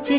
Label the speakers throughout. Speaker 1: 接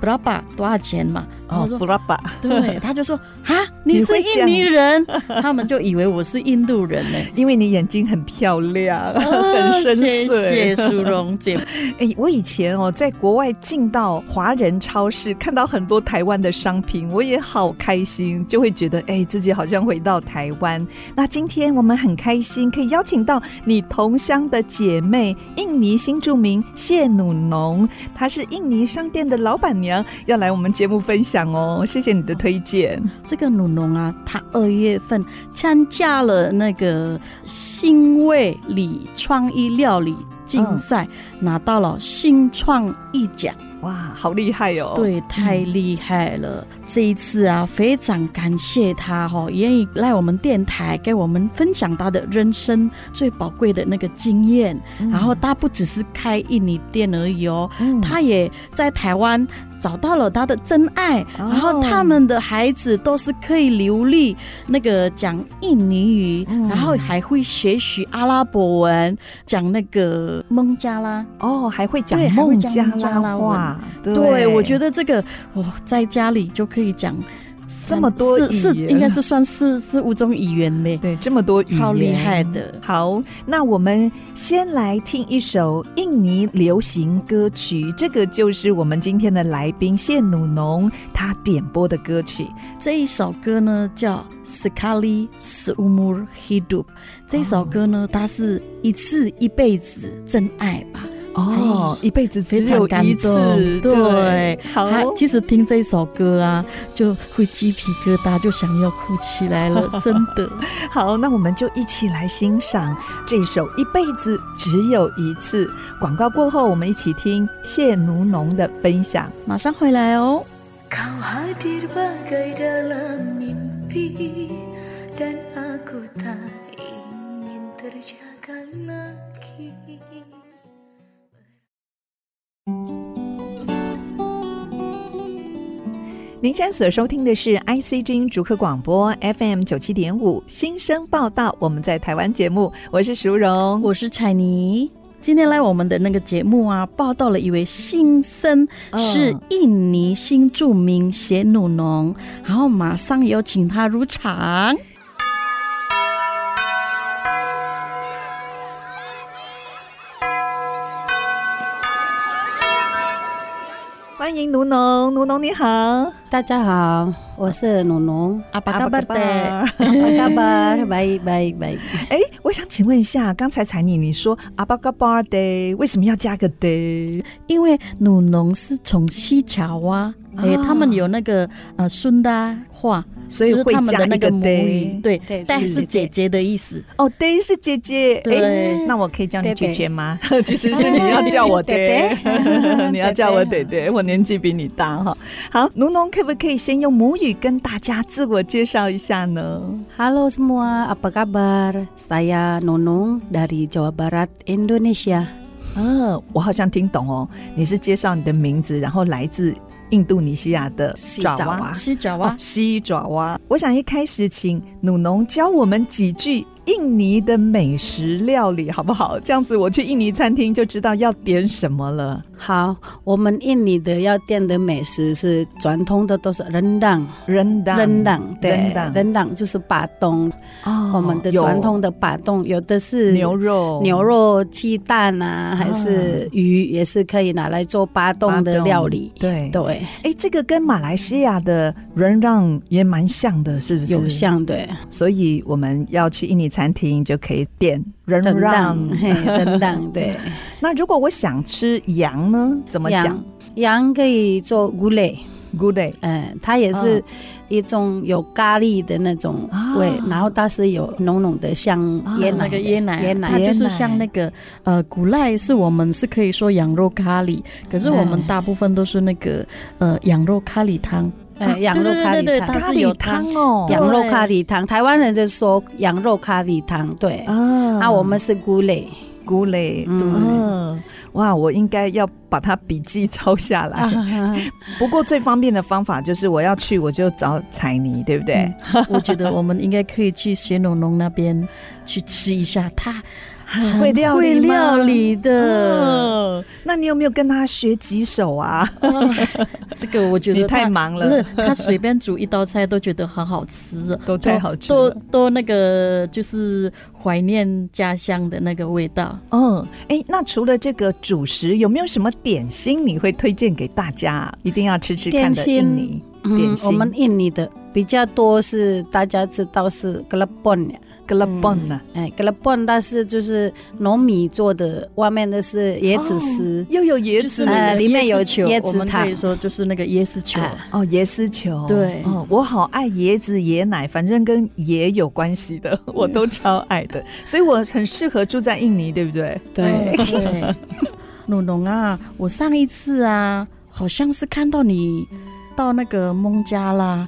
Speaker 2: 布拉巴多少钱嘛？然后说
Speaker 3: 布拉巴，
Speaker 2: 对，他就说 啊，你是印尼人，他们就以为我是印度人 呢，
Speaker 3: 因为你眼睛很漂亮，哦、 很深邃。
Speaker 2: 谢谢淑荣姐。
Speaker 3: 哎欸，我以前哦，在国外进到华人超市，看到很多台湾的商品，我也好开心，就会觉得哎、欸，自己好像回到台湾。那今天我们很开心，可以邀请到你同乡的姐妹，印尼新著名谢努农，她是印尼商店的老板娘。要来我们节目分享哦，谢谢你的推荐。
Speaker 2: 这个努农啊，他二月份参加了那个新味里创意料理竞赛，嗯、拿到了新创意奖。
Speaker 3: 哇，好厉害哦！
Speaker 2: 对，太厉害了！嗯、这一次啊，非常感谢他哈、哦，愿意来我们电台给我们分享他的人生最宝贵的那个经验。嗯、然后他不只是开印尼店而已哦，嗯、他也在台湾找到了他的真爱。哦、然后他们的孩子都是可以流利那个讲印尼语，然后还会学习阿拉伯文，讲那个孟加拉
Speaker 3: 哦，还会讲孟加拉话。
Speaker 2: 对,对，我觉得这个我在家里就可以讲
Speaker 3: 这么多
Speaker 2: 是是应该是算四四五种语言呗。
Speaker 3: 对，这么多语言，
Speaker 2: 超厉害的。
Speaker 3: 好，那我们先来听一首印尼流行歌曲，这个就是我们今天的来宾谢努农他点播的歌曲。
Speaker 2: 这一首歌呢叫《Sekali Seumur Hidup》，这首歌呢，它是一次一辈子真爱吧。
Speaker 3: 哦，一辈子
Speaker 2: 非常感动，对，
Speaker 3: 好。
Speaker 2: 其实听这首歌啊，就会鸡皮疙瘩，就想要哭起来了，真的。
Speaker 3: 好，那我们就一起来欣赏这首《一辈子只有一次》。广告过后，我们一起听谢奴农的分享，
Speaker 2: 马上回来哦。
Speaker 3: 您现在所收听的是 IC 之音逐客广播 FM 九七点五新生报道，我们在台湾节目，我是淑荣。
Speaker 2: 我是彩妮。今天来我们的那个节目啊，报道了一位新生，
Speaker 3: 嗯
Speaker 2: 是印尼新著名血努农，然后马上有请他入场。
Speaker 3: 欢迎奴农，奴农你好，
Speaker 4: 大家好，我是农农。
Speaker 2: 阿巴嘎巴的，
Speaker 3: 巴。
Speaker 4: Apa kabar? Baik, baik, baik.
Speaker 3: 哎，我想请问一下，刚才彩妮你说阿巴嘎巴 day 为什么要加个 day？
Speaker 2: 因为努农是从西侨啊，
Speaker 3: 啊
Speaker 2: 哎、他们有那个呃孙达话，
Speaker 3: 所以
Speaker 2: 就是
Speaker 3: 会
Speaker 2: 他们
Speaker 3: 加
Speaker 2: 的那
Speaker 3: 一
Speaker 2: 个母语，
Speaker 3: day。
Speaker 2: 对
Speaker 4: 对，
Speaker 2: 但
Speaker 4: 是
Speaker 2: 是姐姐的意思。
Speaker 3: 哦，day 是姐姐，
Speaker 2: 对
Speaker 3: 哎那我可以叫你
Speaker 4: 对对
Speaker 3: 姐姐吗？ 其实是你要叫我
Speaker 4: 对
Speaker 3: day，你要 叫我 day day，我年纪比你大哈。好，奴农可不可以先用母语跟大家自我介绍一下呢？
Speaker 4: Halo semua, apa kabar? Saya Nunung dari Jawa Barat, Indonesia.
Speaker 3: 啊，我好像听懂哦，你是介绍你的名字，然后来自印度尼西亚的
Speaker 4: 西
Speaker 3: 爪
Speaker 4: 爪
Speaker 3: 哇
Speaker 4: 哇
Speaker 2: 西角
Speaker 3: 哦
Speaker 2: 啊，，
Speaker 3: 西爪哇。我想一开始请努农教我们几句印尼的美食料理，好不好？这样子我去印尼餐厅就知道要点什么了。
Speaker 4: 好，我们印尼的药店的美食是传统的，都是 rendang，
Speaker 3: 人当
Speaker 4: rendang，对
Speaker 3: rendang
Speaker 4: ，rendang 就是巴东，
Speaker 3: 哦
Speaker 4: 我们的传统的巴东，有的是
Speaker 3: 有牛肉，
Speaker 4: 牛肉、鸡蛋啊，还是鱼，也是可以拿来做巴
Speaker 3: 巴
Speaker 4: 东的
Speaker 3: 东
Speaker 4: 料理。
Speaker 3: 对，
Speaker 4: 对，
Speaker 3: 哎，这个跟马来西亚的人让也蛮像的，是不是？
Speaker 4: 有，像对，
Speaker 3: 所以我们要去印尼餐厅就可以点人
Speaker 4: 等
Speaker 3: 让
Speaker 4: 档，。 嘿，等档，对，
Speaker 3: 那如果我想吃羊呢？怎么讲
Speaker 4: 羊羊可以做菇类，
Speaker 3: ？Good day，
Speaker 4: 嗯，它也是一种有咖喱的那种味，
Speaker 3: 啊
Speaker 4: 然后它是有浓浓的香椰
Speaker 2: 那
Speaker 4: 奶的，
Speaker 2: 个椰奶啊，
Speaker 4: 椰奶
Speaker 2: 它就
Speaker 3: 椰
Speaker 2: 是
Speaker 3: 奶
Speaker 2: 像那个呃古赖，是我们是可以说羊肉咖喱，可是我们
Speaker 4: 哎
Speaker 2: 大部分都是那个呃羊肉咖 喱汤，
Speaker 4: 哎，羊肉咖
Speaker 2: 啊对对对对
Speaker 4: 喱汤，
Speaker 2: 它
Speaker 3: 咖
Speaker 2: 是有
Speaker 3: 喱汤哦，
Speaker 2: 对
Speaker 4: 羊肉咖喱汤，台湾人就说羊肉咖喱汤，对，
Speaker 3: 啊
Speaker 4: 啊，我们是菇类，
Speaker 3: 菇类，
Speaker 4: 嗯
Speaker 3: 嗯，哇，我应该要把它笔记抄下来。 不过最方便的方法就是我要去我就找彩泥，对不对？
Speaker 2: 我觉得我们应该可以去雪农农那边去吃一下，他很
Speaker 3: 会料
Speaker 2: 会
Speaker 3: 理吗
Speaker 2: 料理的，
Speaker 3: 嗯，那你有没有跟他学几手啊？
Speaker 2: 这个我觉得
Speaker 3: 你太
Speaker 2: 他嗯
Speaker 3: 忙
Speaker 2: 不
Speaker 3: 了
Speaker 2: 是，他随便煮一道菜都觉得好好吃哦，
Speaker 3: 都太好吃
Speaker 2: 都
Speaker 3: 了。
Speaker 2: 都那个就是怀念家乡的那个味道。
Speaker 3: 嗯，哎，那除了这个主食，有没有什么点心你会推荐给大家一定要吃吃看
Speaker 4: 点
Speaker 3: 的
Speaker 4: 心
Speaker 3: 印尼？点
Speaker 4: 嗯，
Speaker 3: 心
Speaker 4: 我们印尼的比较多是大家知道是 g l a b o n
Speaker 3: 格拉蹦
Speaker 2: 啊
Speaker 3: 呢？
Speaker 4: 哎 g l a b o n 但是就是糯米做的，外面的是椰子丝
Speaker 3: 哦，又有椰
Speaker 2: 就
Speaker 3: 子
Speaker 2: 是
Speaker 4: 哎
Speaker 2: 那个
Speaker 4: 里面有
Speaker 2: 椰啊丝球
Speaker 4: 椰子
Speaker 2: 我们可以
Speaker 4: 糖
Speaker 2: 说就是那个椰丝球。
Speaker 4: 哎
Speaker 3: 哦，椰丝球，
Speaker 2: 对
Speaker 3: 哦，我好爱椰子、椰奶，反正跟椰有关系的， 我都超爱的，所以我很适合住在印尼，对不对？
Speaker 4: 对，
Speaker 2: 对， 努农啊，我上一次啊，好像是看到你到那个孟加拉，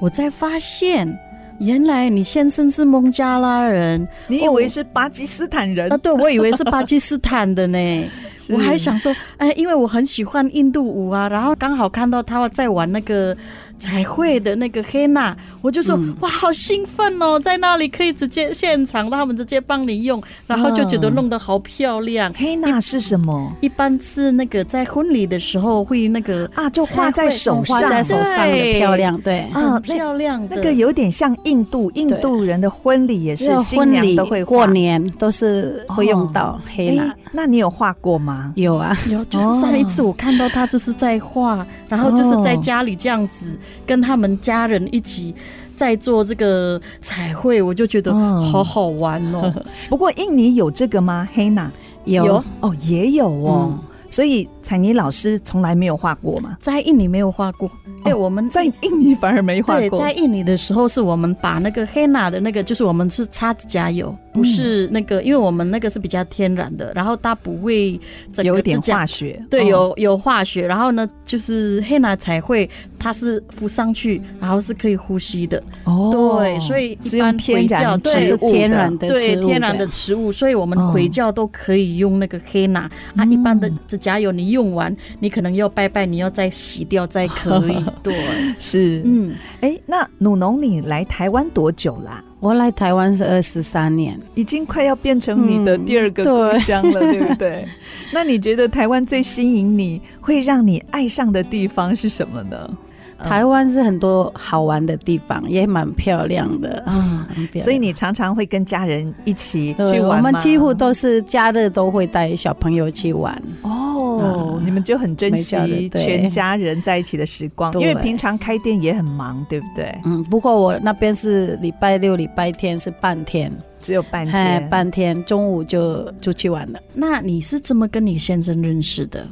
Speaker 2: 我才发现。原来你先生是孟加拉人
Speaker 3: 你以
Speaker 2: 哦
Speaker 3: 为是巴基斯坦人
Speaker 2: 啊？？对，我以为是巴基斯坦的呢。
Speaker 3: 是
Speaker 2: 我还想说，哎，因为我很喜欢印度舞啊，然后刚好看到他在玩那个彩绘的那个黑娜，我就说、
Speaker 4: 嗯
Speaker 2: 哇，好兴奋哦，在那里可以直接现场，他们直接帮你用，然后就觉得
Speaker 3: 嗯
Speaker 2: 弄得好漂亮。
Speaker 3: 黑娜是什么
Speaker 2: 一般是那个在婚礼的时候会哦那个
Speaker 3: 啊？就画在手上，
Speaker 4: 画在手上的
Speaker 2: 对
Speaker 4: 漂亮，对，
Speaker 3: 啊
Speaker 2: 很漂亮的、
Speaker 3: 那个有点像印度印度人的婚礼，也是
Speaker 4: 这
Speaker 3: 新
Speaker 4: 婚
Speaker 3: 娘
Speaker 4: 礼
Speaker 3: 都会画
Speaker 4: 过。年都是会用到黑
Speaker 3: 哎
Speaker 4: 娜，，
Speaker 3: 那你有画过吗？
Speaker 4: 有啊，
Speaker 2: 有，就是上一次我看到他就是在画，然后就是在家里这样子跟他们家人一起在做这个彩绘，我就觉得
Speaker 3: 嗯
Speaker 2: 好好玩哦。
Speaker 3: 不过印尼有这个吗？黑娜
Speaker 4: 有，
Speaker 3: 哦，也有哦
Speaker 4: 嗯。
Speaker 3: 所以彩妮老师从来没有画过嘛，
Speaker 2: 在印尼没有画过，哎、我们
Speaker 3: 哦在印尼反而没画
Speaker 2: 对
Speaker 3: 过。
Speaker 2: 在印尼的时候，是我们把那个黑娜的那个，就是我们是擦指甲油，
Speaker 3: 嗯
Speaker 2: 不是那个，因为我们那个是比较天然的，然后它不会整
Speaker 3: 有
Speaker 2: 个
Speaker 3: 一点
Speaker 2: 指甲
Speaker 3: 化学，
Speaker 2: 对，
Speaker 3: 哦
Speaker 2: 有有化学，然后呢，就是黑拿彩绘，它是浮上去，然后是可以呼吸的，
Speaker 3: 哦
Speaker 2: 对所以一
Speaker 3: 是用
Speaker 2: 般
Speaker 3: 天
Speaker 2: 回
Speaker 3: 然
Speaker 2: 教
Speaker 3: 植
Speaker 2: 对
Speaker 4: 是
Speaker 3: 物
Speaker 4: 天
Speaker 3: 的
Speaker 4: 然的
Speaker 2: 对
Speaker 4: 植物
Speaker 2: 天然
Speaker 4: 的
Speaker 2: 的植物，所以我们
Speaker 3: 哦
Speaker 2: 回教都可以用那个黑拿、啊。
Speaker 3: 嗯
Speaker 2: 一般的指甲油你用完，你可能要拜拜，你要再洗掉再可以。对，
Speaker 3: 是，
Speaker 2: 嗯，
Speaker 3: 哎，那努农你来台湾多久啦？
Speaker 4: 我来台湾是二十三年，
Speaker 3: 已经快要变成你的
Speaker 4: 嗯
Speaker 3: 第二个故乡了，对不 对？那你觉得台湾最吸引你、会让你爱上的地方是什么呢？嗯
Speaker 4: 台湾是很多好玩的地方，也蛮漂亮的啊。很漂亮
Speaker 3: 嗯所以你常常会跟家人一起去
Speaker 4: 对，我
Speaker 3: 玩吗
Speaker 4: 们几乎都是假日都会带小朋友去玩。
Speaker 3: 哦，
Speaker 4: 啊
Speaker 3: 你们就很珍
Speaker 4: 没家
Speaker 3: 惜
Speaker 4: 人对
Speaker 3: 全家人在一起的时光，因
Speaker 4: 对
Speaker 3: 为平常开店也很忙，对不对？
Speaker 4: 嗯，不过我那边是礼拜六、礼拜天是半天，
Speaker 3: 只有半
Speaker 4: 哎，
Speaker 3: 天，
Speaker 4: 半天中午就出去玩了。
Speaker 2: 那你是怎么跟你先生认识的？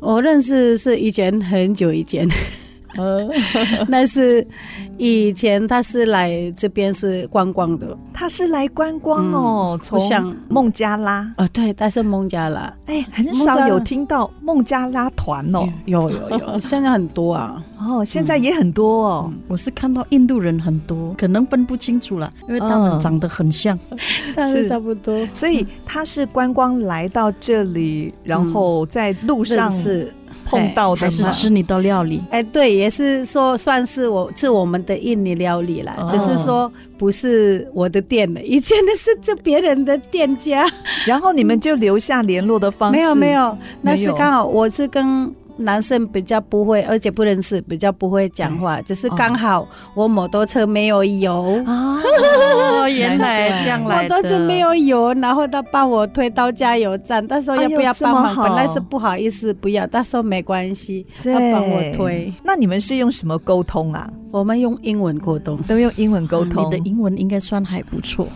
Speaker 4: 我认识是以前很久以前，哦
Speaker 3: 呃
Speaker 4: 那是以前他是来这边是观光的
Speaker 3: 他是来观光哦，
Speaker 4: 嗯不像
Speaker 3: 从孟加拉。
Speaker 4: 哦，对，他是孟加拉，
Speaker 3: 哎，很
Speaker 4: 孟加
Speaker 3: 少
Speaker 4: 拉
Speaker 3: 有听到孟加拉团哦，
Speaker 4: 有有 有，现在很多啊，
Speaker 3: 哦，现在也很多哦，
Speaker 2: 我是看到印度人很多，可能分不清楚了，因为他们
Speaker 3: 嗯
Speaker 2: 长得很像。
Speaker 3: 是
Speaker 4: 不多。
Speaker 3: 所以他是观光来到这里，然后在路上
Speaker 4: 嗯认识
Speaker 3: 碰到的
Speaker 2: 还是
Speaker 3: 吗？
Speaker 2: 吃你的料理，
Speaker 4: 哎，对，也是说算是我是我们的印尼料理啦，
Speaker 2: 哦
Speaker 4: 只是说不是我的店了，以前的是这别人的店家，
Speaker 3: 然后你们就留下联络的方式？
Speaker 4: 没有没，有，那
Speaker 3: 没
Speaker 4: 是
Speaker 3: 有
Speaker 4: 刚好我是跟。男生比较不会，而且不认识，比较不会讲话，只是刚好我摩托车没有油，
Speaker 3: 啊，
Speaker 2: 哦，原来这样来
Speaker 4: 我
Speaker 2: 的。
Speaker 4: 都是没有油，然后他帮我推到加油站，他说要不
Speaker 3: 哎呦
Speaker 4: 要帮
Speaker 3: 这么
Speaker 4: 忙？
Speaker 3: 好
Speaker 4: 本来是不好意思不要，他说没关系，
Speaker 3: 对
Speaker 4: 他帮我推。。
Speaker 3: 那你们是用什么沟通啊？
Speaker 4: 我们用英文沟通，
Speaker 3: 都用英文沟
Speaker 2: 嗯
Speaker 3: 通
Speaker 2: 你的，英文应该算还不错。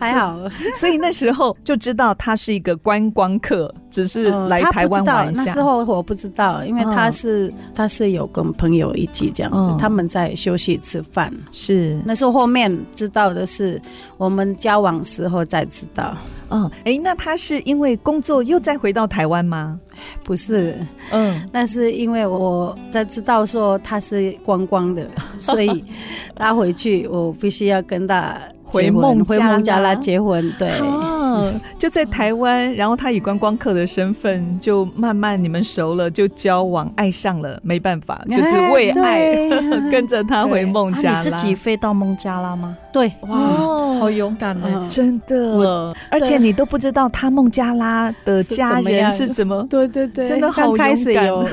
Speaker 4: 还好。
Speaker 3: 所以那时候就知道他是一个观光客，只是
Speaker 4: 呃
Speaker 3: 来台湾
Speaker 4: 他
Speaker 3: 玩
Speaker 4: 不
Speaker 3: 一
Speaker 4: 知道，
Speaker 3: 下。
Speaker 4: 那时候我不知道，因为他是、他是有跟朋友一起这样子，
Speaker 3: 嗯
Speaker 4: 他们在休息吃饭。
Speaker 3: 是，
Speaker 4: 那时候后面知道的是，我们交往时候才知道，
Speaker 3: 嗯，哎，那他是因为工作又再回到台湾吗？
Speaker 4: 不是，
Speaker 3: 嗯，
Speaker 4: 那是因为我在知道说他是观光的，所以他回去我必须要跟他
Speaker 3: 回
Speaker 4: 结婚
Speaker 3: 孟加
Speaker 4: 回
Speaker 3: 拉
Speaker 4: 孟加拉结婚，对。
Speaker 3: 哦，就在台湾，然后他以观光客的身份，就慢慢你们熟了，就交往，爱上了，没办法，就是为爱、
Speaker 4: 哎对
Speaker 3: 跟着他回孟加拉。
Speaker 2: 啊、你自己飞到孟加拉吗？
Speaker 4: 对，
Speaker 3: 哇，
Speaker 2: 好勇敢 哦！
Speaker 4: 嗯
Speaker 3: 真的，而且你都不知道他孟加拉的
Speaker 4: 是
Speaker 3: 家
Speaker 4: 怎么
Speaker 3: 人
Speaker 4: 样
Speaker 3: 是什么。
Speaker 4: 对对对
Speaker 3: 真的好
Speaker 4: 刚开始
Speaker 3: 勇敢
Speaker 4: 有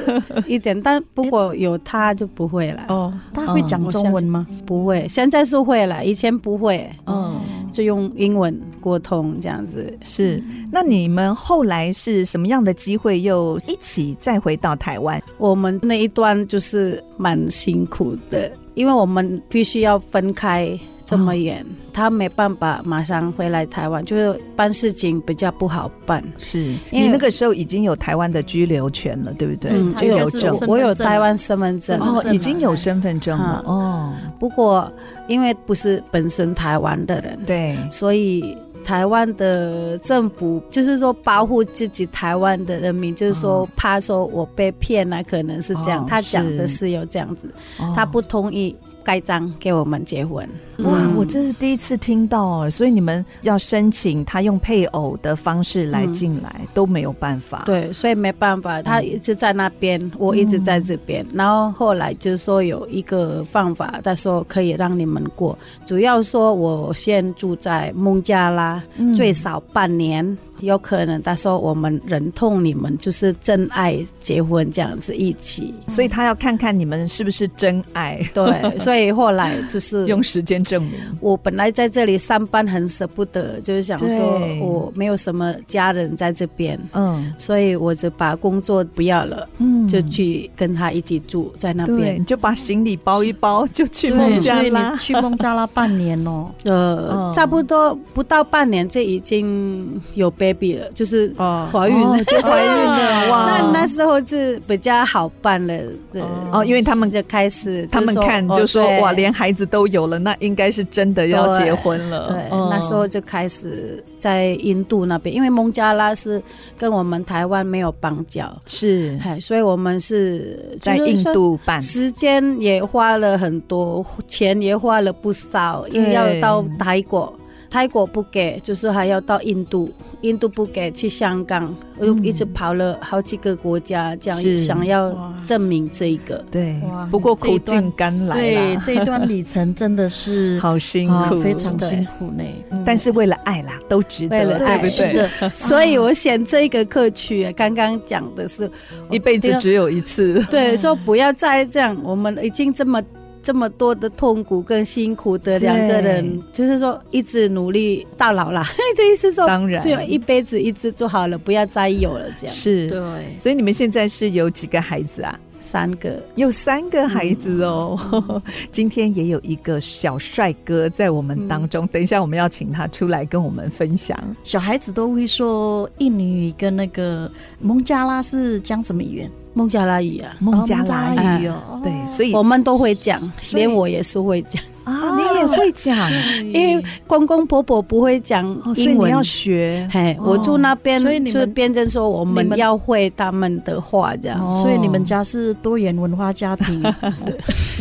Speaker 4: 一点，但不过有他就不会了，
Speaker 2: 哦，他会讲
Speaker 4: 嗯
Speaker 2: 中文吗？
Speaker 4: 不会。现在是会了，以前不会，
Speaker 3: 嗯，
Speaker 4: 就用英文沟通这样子。
Speaker 3: 是。那你们后来是什么样的机会又一起再回到台湾？
Speaker 4: 我们那一段就是蛮辛苦的，因为我们必须要分开这么远，他没办法马上回来台湾，就是办事情比较不好办。
Speaker 3: 是
Speaker 4: 因为
Speaker 3: 你那个时候已经有台湾的居留权了，对不对？
Speaker 4: 嗯，
Speaker 2: 他
Speaker 4: 就
Speaker 3: 居
Speaker 2: 应该
Speaker 4: 有
Speaker 3: 留
Speaker 2: 是
Speaker 3: 证
Speaker 2: 有身份
Speaker 4: 我有
Speaker 2: 证啊
Speaker 4: 台湾身份证，
Speaker 2: 身份
Speaker 3: 哦，
Speaker 2: 证
Speaker 3: 已经
Speaker 2: 嘛
Speaker 3: 有
Speaker 2: 对
Speaker 3: 身份证了
Speaker 4: 嗯
Speaker 3: 哦。
Speaker 4: 不过因为不是本身台湾的人，
Speaker 3: 对，
Speaker 4: 所以台湾的政府就是说保护自己台湾的人民，就是说怕说我被骗啊，可能是这样
Speaker 3: 哦。
Speaker 4: 他讲的
Speaker 3: 是
Speaker 4: 是有这样子，
Speaker 3: 哦
Speaker 4: 他不同意盖章给我们结婚。
Speaker 3: 哇，
Speaker 4: 嗯
Speaker 3: 我这是第一次听到哦，所以你们要申请他用配偶的方式来
Speaker 4: 嗯
Speaker 3: 进来、都没有办法。，
Speaker 4: 对，所以没办法，他
Speaker 3: 嗯
Speaker 4: 一直在那边，我一直在这边。然后后来就说有一个方法，他说可以让你们过，主要说我先住在孟加拉，
Speaker 3: 嗯
Speaker 4: 最少半年，有可能他说我们忍痛，你们就是真爱结婚这样子一起。
Speaker 3: 所以他要看看你们是不是真爱，
Speaker 4: 对，所以后来就是
Speaker 3: 用时间证明。
Speaker 4: 我本来在这里上班很舍不得，就是想说
Speaker 3: 对
Speaker 4: 我没有什么家人在这边，
Speaker 3: 嗯
Speaker 4: 所以我就把工作不要了。
Speaker 3: 嗯
Speaker 4: 就去跟他一起住在那
Speaker 3: 对，
Speaker 4: 边。
Speaker 3: 你就把行李包一包就去
Speaker 2: 对
Speaker 3: 孟加
Speaker 2: 所以
Speaker 3: 拉
Speaker 2: 你。去 孟加拉半年哦。
Speaker 4: 呃，
Speaker 3: 嗯
Speaker 4: 差不多不到半年，这已经有 baby baby 了，就是
Speaker 3: 哦
Speaker 4: 怀孕了，
Speaker 3: 就怀孕了 哇
Speaker 4: 那那时候是比较好办了，对
Speaker 3: 哦，因为他们
Speaker 4: 就开始
Speaker 3: 他们
Speaker 4: 说
Speaker 3: 看
Speaker 4: 哦
Speaker 3: 就说
Speaker 4: 对
Speaker 3: 哇，连孩子都有了，那应该是真的要结婚了。
Speaker 4: 对，
Speaker 3: 嗯
Speaker 4: 那时候就开始在印度那边，因为孟加拉是跟我们台湾没有邦交，
Speaker 3: 是
Speaker 4: 哎，所以我们是
Speaker 3: 嗯在印，
Speaker 4: 就是说
Speaker 3: 度办，
Speaker 4: 时间也花了很多，钱也花了不少，因为
Speaker 3: 对
Speaker 4: 要到泰国。泰国不给，就是还要到印度，印度不给，去香港，我就一直跑了好几个国家，这
Speaker 3: 嗯是
Speaker 4: 样想要
Speaker 2: 哇
Speaker 4: 证明这一个。
Speaker 3: 对
Speaker 2: 哇，
Speaker 3: 不过
Speaker 2: 这一
Speaker 3: 苦
Speaker 2: 段
Speaker 3: 尽甘来
Speaker 2: 对
Speaker 3: 啦，
Speaker 2: 这一段旅程真的 是
Speaker 3: 好辛
Speaker 2: 啊
Speaker 3: 苦，
Speaker 2: 非常
Speaker 3: 对
Speaker 2: 辛苦呢。
Speaker 3: 但是为了爱啦，都值得，
Speaker 4: 为了
Speaker 3: 对
Speaker 4: 爱
Speaker 3: 不
Speaker 2: 是
Speaker 3: 对？
Speaker 2: 的，
Speaker 4: 所以我选这个课曲，刚刚讲的是
Speaker 3: 一辈子只有一次，
Speaker 4: 对，说不要再这样，我们已经这么这么多的痛苦跟辛苦的两个人，就是说一直努力到老啦。 这意思说，
Speaker 3: 当然
Speaker 4: 啊只有一辈子一次就好了，不要再有了这样。
Speaker 3: 是。
Speaker 2: 对，
Speaker 3: 所以你们现在是有几个孩子啊？
Speaker 4: 三个
Speaker 3: 有三个孩子哦， 今天也有一个小帅哥在我们当中，等一下我们要请他出来跟我们分享。
Speaker 2: 小孩子都会说印尼语跟那个孟加拉是讲什么语言？
Speaker 4: 孟加拉语啊，
Speaker 3: 孟加拉
Speaker 2: 哦
Speaker 3: 语
Speaker 2: 孟加拉语哦，
Speaker 3: 对，所以
Speaker 4: 我们都会讲，
Speaker 2: 所以
Speaker 4: 连我也是会讲，
Speaker 3: 啊，你也会讲
Speaker 2: 以
Speaker 4: 因为公公婆婆不会讲
Speaker 3: 嗯哦，所以
Speaker 4: 英
Speaker 3: 你
Speaker 4: 文
Speaker 3: 要。学
Speaker 4: 嘿，
Speaker 2: 哦
Speaker 4: 我住那边
Speaker 2: 所以你，们
Speaker 4: 就变成说我
Speaker 2: 你
Speaker 4: 们
Speaker 2: 们
Speaker 4: 要会他们的话这样。
Speaker 3: 哦
Speaker 2: 所以你们家是多元文化家 庭，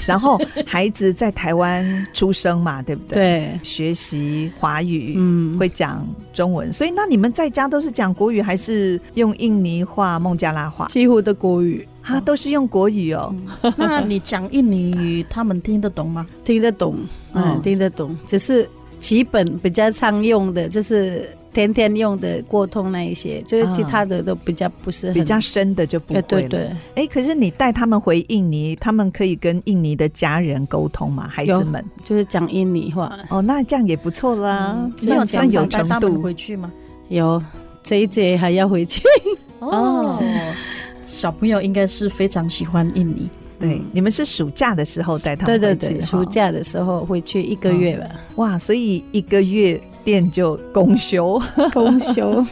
Speaker 3: 然后孩子在台湾出生嘛，对不对？
Speaker 4: 对，
Speaker 3: 学习华语，
Speaker 4: 嗯，
Speaker 3: 会讲中文，所以那你们在家都是讲国语，还是用印尼话、孟加拉话？
Speaker 4: 几乎的国语
Speaker 3: 啊，都是用国语哦。
Speaker 4: 嗯
Speaker 2: 那你讲印尼语，他们听得懂吗？
Speaker 4: 听得懂，
Speaker 3: 嗯
Speaker 4: 嗯，听得懂，只是基本比较常用的，就是天天用的过通那一些，就是其他的都比较不是很
Speaker 3: 啊比较深的就不会
Speaker 4: 对
Speaker 3: 了。
Speaker 4: 对对，
Speaker 3: 哎，可是你带他们回印尼，他们可以跟印尼的家人沟通嘛？孩子们
Speaker 4: 就是讲印尼话，
Speaker 3: 哦，那这样也不错啦，
Speaker 4: 嗯
Speaker 2: 你有
Speaker 3: 算
Speaker 2: 常
Speaker 3: 有
Speaker 2: 常带
Speaker 3: 程
Speaker 2: 他们
Speaker 3: 度。
Speaker 2: 回去吗？
Speaker 4: 有这一节还要回去，
Speaker 3: 哦
Speaker 2: 哦，小朋友应该是非常喜欢印尼。
Speaker 3: 对，你们是暑假的时候带他
Speaker 4: 对
Speaker 3: 们回
Speaker 4: 嗯对
Speaker 3: 去，
Speaker 4: 对，
Speaker 3: 哈
Speaker 4: 暑假的时候回去一个月吧，
Speaker 3: 哇，所以一个月店就公休。
Speaker 4: 嗯公休，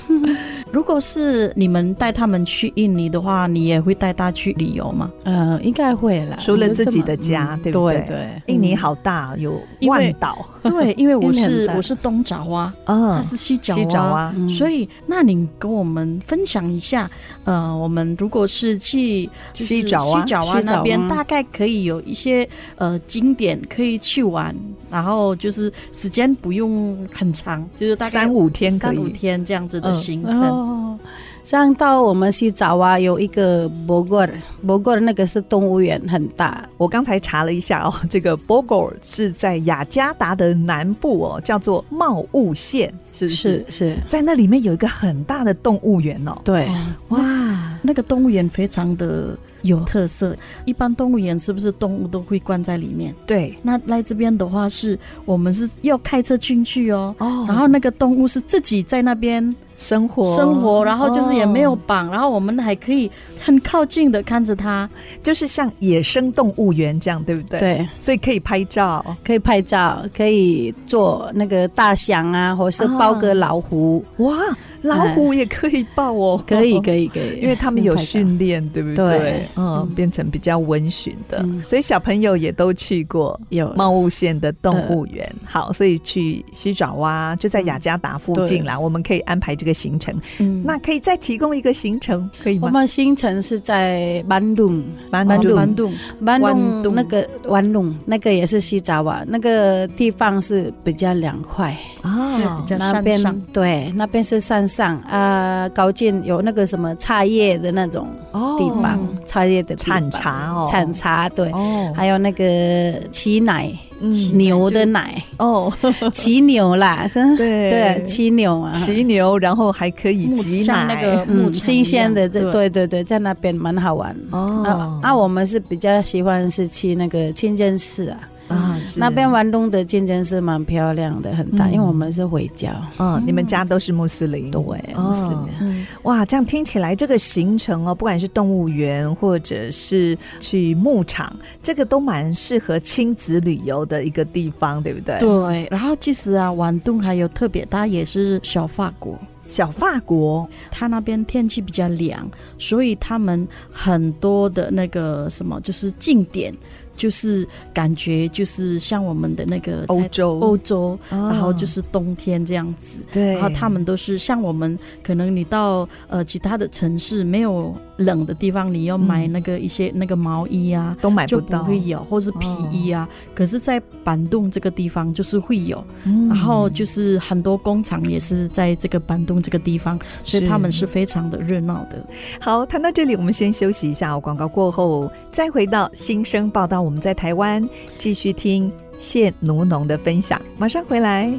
Speaker 2: 如果是你们带他们去印尼的话，你也会带他去旅游吗？
Speaker 4: 呃，应该会啦，
Speaker 3: 除了自己的家
Speaker 4: 嗯
Speaker 3: 对不对
Speaker 4: 对对，
Speaker 3: 印尼好大，有万岛，
Speaker 2: 对，因为我
Speaker 4: 印尼很
Speaker 2: 是
Speaker 4: 大
Speaker 2: 我是东爪哇，他
Speaker 3: 嗯，啊
Speaker 2: 是西爪
Speaker 3: 西爪
Speaker 2: 哇。
Speaker 3: 哇，
Speaker 4: 嗯
Speaker 2: 所以，那你跟我们分享一下，呃，我们如果是去就是
Speaker 3: 西爪哇
Speaker 2: 西爪哇
Speaker 4: 西
Speaker 3: 啊
Speaker 4: 爪哇
Speaker 2: 那边，大概可以有一些呃景点可以去玩，然后就是时间不用很长，就是大概
Speaker 3: 三五天可
Speaker 2: 三五
Speaker 3: 以。
Speaker 2: 天这样子的
Speaker 3: 嗯
Speaker 2: 行程。
Speaker 4: 哦，像到我们西爪哇有一个博格尔，博格尔那个是动物园，很大，
Speaker 3: 我刚才查了一下哦， 这个 Bogor 是在雅加达的南部哦，叫做茂雾县，是不是？
Speaker 4: 是是，
Speaker 3: 在那里面有一个很大的动物园哦，
Speaker 4: 对。
Speaker 2: 哦
Speaker 3: 哇，
Speaker 2: 那个动物园非常的有特色，一般动物园是不是动物都会关在里面？
Speaker 3: 对
Speaker 2: 那来这边的话是，我们是要开车进去哦。
Speaker 3: 哦，
Speaker 2: 然后那个动物是自己在那边
Speaker 3: 生活
Speaker 2: 生活，然后就是也没有
Speaker 3: 哦
Speaker 2: 绑，然后我们还可以很靠近的看着它。
Speaker 3: 就是像野生动物园这样，对不对？，
Speaker 4: 对，
Speaker 3: 所以可以拍照，
Speaker 4: 可以拍照，可以做那个大象啊，或是抱个老虎，
Speaker 3: 哇，老虎也可以抱哦，
Speaker 4: 可以，可以，可 以，
Speaker 3: 因为他们有训练，对不
Speaker 4: 对
Speaker 3: 嗯，变成比较温驯的，
Speaker 4: 嗯
Speaker 3: 所以小朋友也都去过
Speaker 4: 有
Speaker 3: 茂雾县的动物园。嗯好，所以去西爪哇就在雅加达附近啦，我们可以安排这个行程。
Speaker 2: 嗯，
Speaker 3: 那可以再提供一个行程，可以
Speaker 4: 我
Speaker 3: 吗？
Speaker 4: 们新城是在班弄，
Speaker 3: 蛮
Speaker 2: 班
Speaker 4: 杜
Speaker 2: 班杜
Speaker 4: 班
Speaker 2: 湾
Speaker 4: 弄
Speaker 2: 洞
Speaker 4: 那个湾弄那个也是西爪哇，那个地方是比较凉快，
Speaker 3: 啊
Speaker 2: 比，较
Speaker 4: 那
Speaker 2: 山
Speaker 4: 边
Speaker 2: 上，
Speaker 4: 对，那边是山上啊、高进有那个什么茶叶的那种
Speaker 3: 哦
Speaker 4: 地方，茶叶的地方
Speaker 3: 产茶哦
Speaker 4: 嗯产茶对，
Speaker 3: 哦，
Speaker 4: 还有那个骑奶
Speaker 3: 嗯
Speaker 4: 牛的奶，
Speaker 3: 哦，
Speaker 4: 骑牛啦，真的
Speaker 3: 对
Speaker 4: 对， 骑牛啊，
Speaker 3: 骑牛，然后还可以
Speaker 2: 牧
Speaker 3: 挤
Speaker 2: 像那
Speaker 3: 奶
Speaker 2: 个牧
Speaker 4: 嗯，
Speaker 2: 场
Speaker 4: 新鲜的，
Speaker 2: 一样
Speaker 4: 这对对对，在那边蛮好玩。
Speaker 3: 哦
Speaker 4: 啊，啊，我们是比较喜欢是去那个清真寺啊，
Speaker 3: 啊
Speaker 4: 那边
Speaker 3: 玩
Speaker 4: 玩东的清真寺蛮漂亮的，很大，
Speaker 3: 嗯
Speaker 4: 因为我们是回教，
Speaker 3: 嗯，你们家都是穆斯林，
Speaker 4: 对，
Speaker 3: 哦
Speaker 4: 是的，
Speaker 2: 嗯，
Speaker 3: 哇，这样听起来，这个行程哦，不管是动物园或者是去牧场，这个都蛮适合亲子旅游的一个地方，对不对？
Speaker 2: 对。然后其实啊，玩洞还有特别，它也是小法国。
Speaker 3: 小法国，
Speaker 2: 它那边天气比较凉，所以他们很多的那个什么，就是景点，就是感觉就是像我们的那个在
Speaker 3: 欧洲，啊
Speaker 2: 欧洲，
Speaker 3: 然
Speaker 2: 然后就是冬天这样子。
Speaker 3: 对，
Speaker 2: 然后他们都是像我们，可能你到呃其他的城市没有冷的地方，你要买
Speaker 3: 嗯
Speaker 2: 那个一些那个毛衣啊，
Speaker 3: 都买
Speaker 2: 就不
Speaker 3: 到，哦
Speaker 2: 会有，或是皮衣啊。可是，在板洞这个地方就是会有，
Speaker 3: 嗯
Speaker 2: 然后就是很多工厂也是在这个板洞这个地方，所以他们是非常的热闹的。
Speaker 3: 好，谈到这里，我们先休息一下哦。广告过后再回到新生报道，我们在台湾继续听谢奴农的分享，马上回来。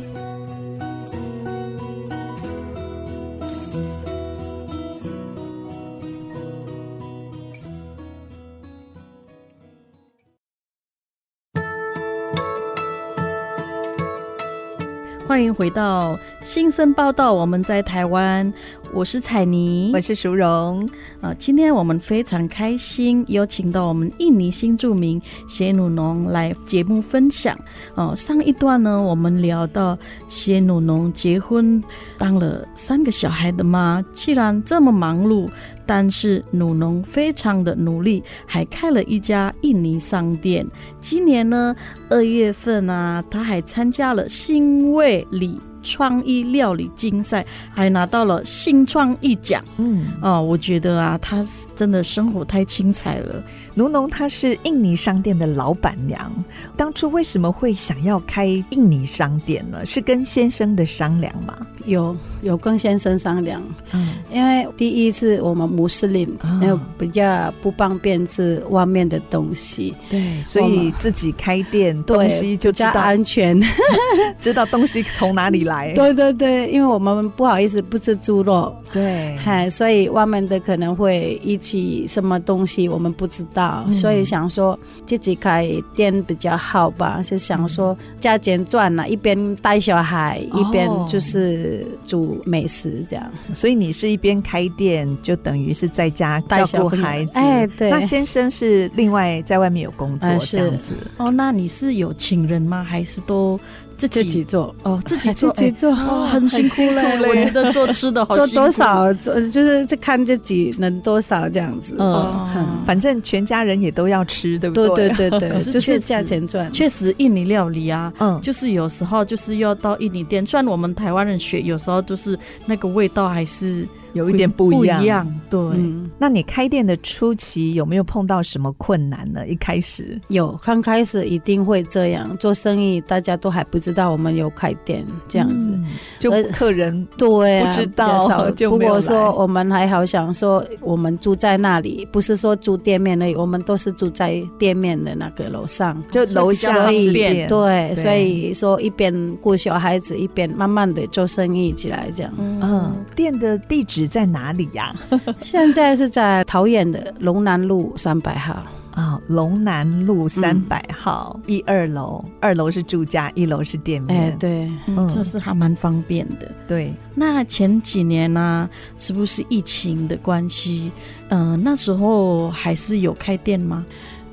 Speaker 2: 欢迎回到新生报道，我们在台湾，我是彩妮
Speaker 3: 我。是淑荣，
Speaker 2: 呃，今天我们非常开心，邀请到我们印尼新著名谢努农来节目分享。哦，上一段呢，我们聊到谢努农结婚当了三个小孩的妈，既然这么忙碌，但是努农非常的努力，还开了一家印尼商店。今年呢，二月份啊，他还参加了新味理创意料理竞赛，还拿到了新创意奖。
Speaker 3: 嗯，
Speaker 2: 哦，我觉得啊，她是真的生活太精彩了。
Speaker 3: 奴农她是印尼商店的老板娘，当初为什么会想要开印尼商店呢？是跟先生的商量嘛？
Speaker 4: 有有跟先生商量，
Speaker 3: 嗯，
Speaker 4: 因为第一是我们穆斯林，
Speaker 3: 啊
Speaker 4: 然后比较不方便吃外面的东西，
Speaker 3: 对，所以自己开店，
Speaker 4: 对
Speaker 3: 东西就
Speaker 4: 比
Speaker 3: 知
Speaker 4: 较
Speaker 3: 道
Speaker 4: 安全。
Speaker 3: 知道东西从哪里来。
Speaker 4: 对对对，因为我们不好意思不吃猪肉，
Speaker 3: 对，
Speaker 4: 嗨，
Speaker 2: 嗯
Speaker 4: 所以外面的可能会一起什么东西我们不知道，
Speaker 3: 嗯
Speaker 4: 所以想说自己开店比较好吧，就想说
Speaker 2: 嗯
Speaker 4: 加减赚了，一边带小孩，一边
Speaker 3: 哦
Speaker 4: 就是煮美食这样。
Speaker 3: 所以你是一边开店，就等于是在家
Speaker 4: 带
Speaker 3: 照
Speaker 4: 小
Speaker 3: 顾
Speaker 4: 朋友
Speaker 3: 孩子。
Speaker 4: 哎对
Speaker 3: 那先生是另外在外面有工作、
Speaker 4: 哎是
Speaker 3: 这样子。
Speaker 2: 哦，那你是有情人吗？还是都自己
Speaker 4: 自己做，
Speaker 2: 哦自己做？哎
Speaker 4: 做，
Speaker 2: 哦，很辛苦嘞， 我觉得做吃的好
Speaker 4: 做
Speaker 2: 辛苦
Speaker 4: 多？少做就是就看自己能多少这样子。
Speaker 2: 嗯
Speaker 4: 嗯，
Speaker 3: 反正全家人也都要吃，对不
Speaker 4: 对
Speaker 3: 对
Speaker 4: 对对对
Speaker 2: 可，是
Speaker 4: 就是
Speaker 2: 确实
Speaker 4: 价钱赚。
Speaker 2: 确实，印尼料理啊，
Speaker 3: 嗯，
Speaker 2: 就是有时候就是要到印尼店，虽然我们台湾人学，有时候就是那个味道还是
Speaker 3: 有一点
Speaker 2: 不
Speaker 3: 不一样。
Speaker 2: 一样。对，
Speaker 4: 嗯，
Speaker 3: 那你开店的初期有没有碰到什么困难呢？一开始，
Speaker 4: 有，刚开始一定会这样做生意，大家都还不知道我们有开店这样子。
Speaker 3: 嗯就
Speaker 4: 呃
Speaker 3: 客 人
Speaker 4: 对、啊，
Speaker 3: 不知
Speaker 4: 比较
Speaker 3: 道
Speaker 4: 少。
Speaker 3: 就
Speaker 4: 不
Speaker 3: 没有
Speaker 4: 过
Speaker 3: 来
Speaker 4: 说我们还好，想说我们住在那里，不是说住店面而已，我们都是住在店面的那个楼上。
Speaker 3: 就楼下
Speaker 4: 所以
Speaker 3: 是店，
Speaker 4: 对，所
Speaker 3: 对
Speaker 4: 以说一边顾小孩子，一边慢慢的做生意起来，这样。
Speaker 3: 嗯，店的地址在哪里呀？
Speaker 4: 现在是在桃园的龙南路三百号，
Speaker 3: 啊，龙南
Speaker 4: 嗯
Speaker 3: 路三百号一二楼，二楼是住家，一楼是店
Speaker 4: 哎、
Speaker 3: 面。
Speaker 4: 对，
Speaker 2: 嗯，这是还蛮方便的。
Speaker 3: 对，
Speaker 2: 那前几年呢、是不是疫情的关系？嗯、那时候还是有开店吗？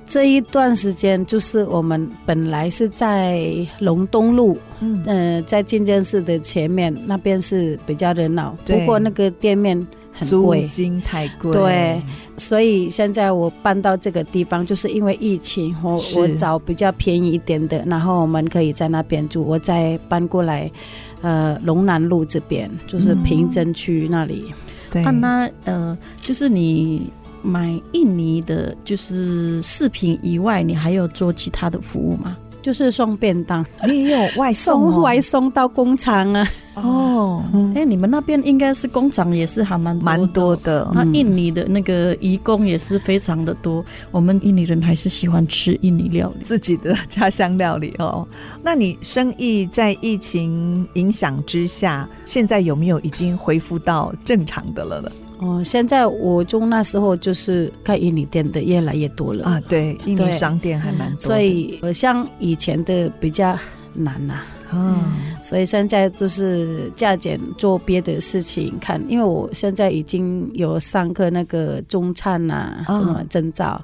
Speaker 4: 这一段时间就是我们本来是在龙东路，
Speaker 3: 嗯
Speaker 4: 嗯，在进监室的前面那边是比较热闹，
Speaker 3: 对
Speaker 4: 不过那个店面很
Speaker 3: 租
Speaker 4: 贵，
Speaker 3: 金太贵，
Speaker 4: 对，所以现在我搬到这个地方，就是因为疫情，我
Speaker 3: 是
Speaker 4: 我找比较便宜一点的，然后我们可以在那边住，我再搬过来，呃，龙南路这边就是平镇区那里。
Speaker 3: 对，
Speaker 2: 啊，那呃，就是你买印尼的，就是饰品以外，你还有做其他的服务吗？
Speaker 4: 就是送便当，
Speaker 3: 你也有外送
Speaker 4: 送
Speaker 3: 哦
Speaker 4: 外送到工厂啊。
Speaker 3: 哦，
Speaker 2: 哎、你们那边应该是工厂也是还蛮多
Speaker 3: 蛮
Speaker 2: 的
Speaker 3: 多。嗯的。
Speaker 2: 那印尼的那个移工也是非常的多，我们印尼人还是喜欢吃印尼料理。
Speaker 3: 自己的家乡料理哦，那你生意在疫情影响之下，现在有没有已经恢复到正常的了呢？
Speaker 4: 哦，现在我就那时候就是开印尼店的越来越多了
Speaker 3: 啊啊，，对，印尼
Speaker 4: 对
Speaker 3: 商店还蛮多的，
Speaker 4: 所以呃，像以前的比较难呐、
Speaker 3: 啊，
Speaker 4: 所以现在就是加减做别的事情看，因为我现在已经有上课那个中餐呐、
Speaker 3: 嗯
Speaker 4: 什么证照，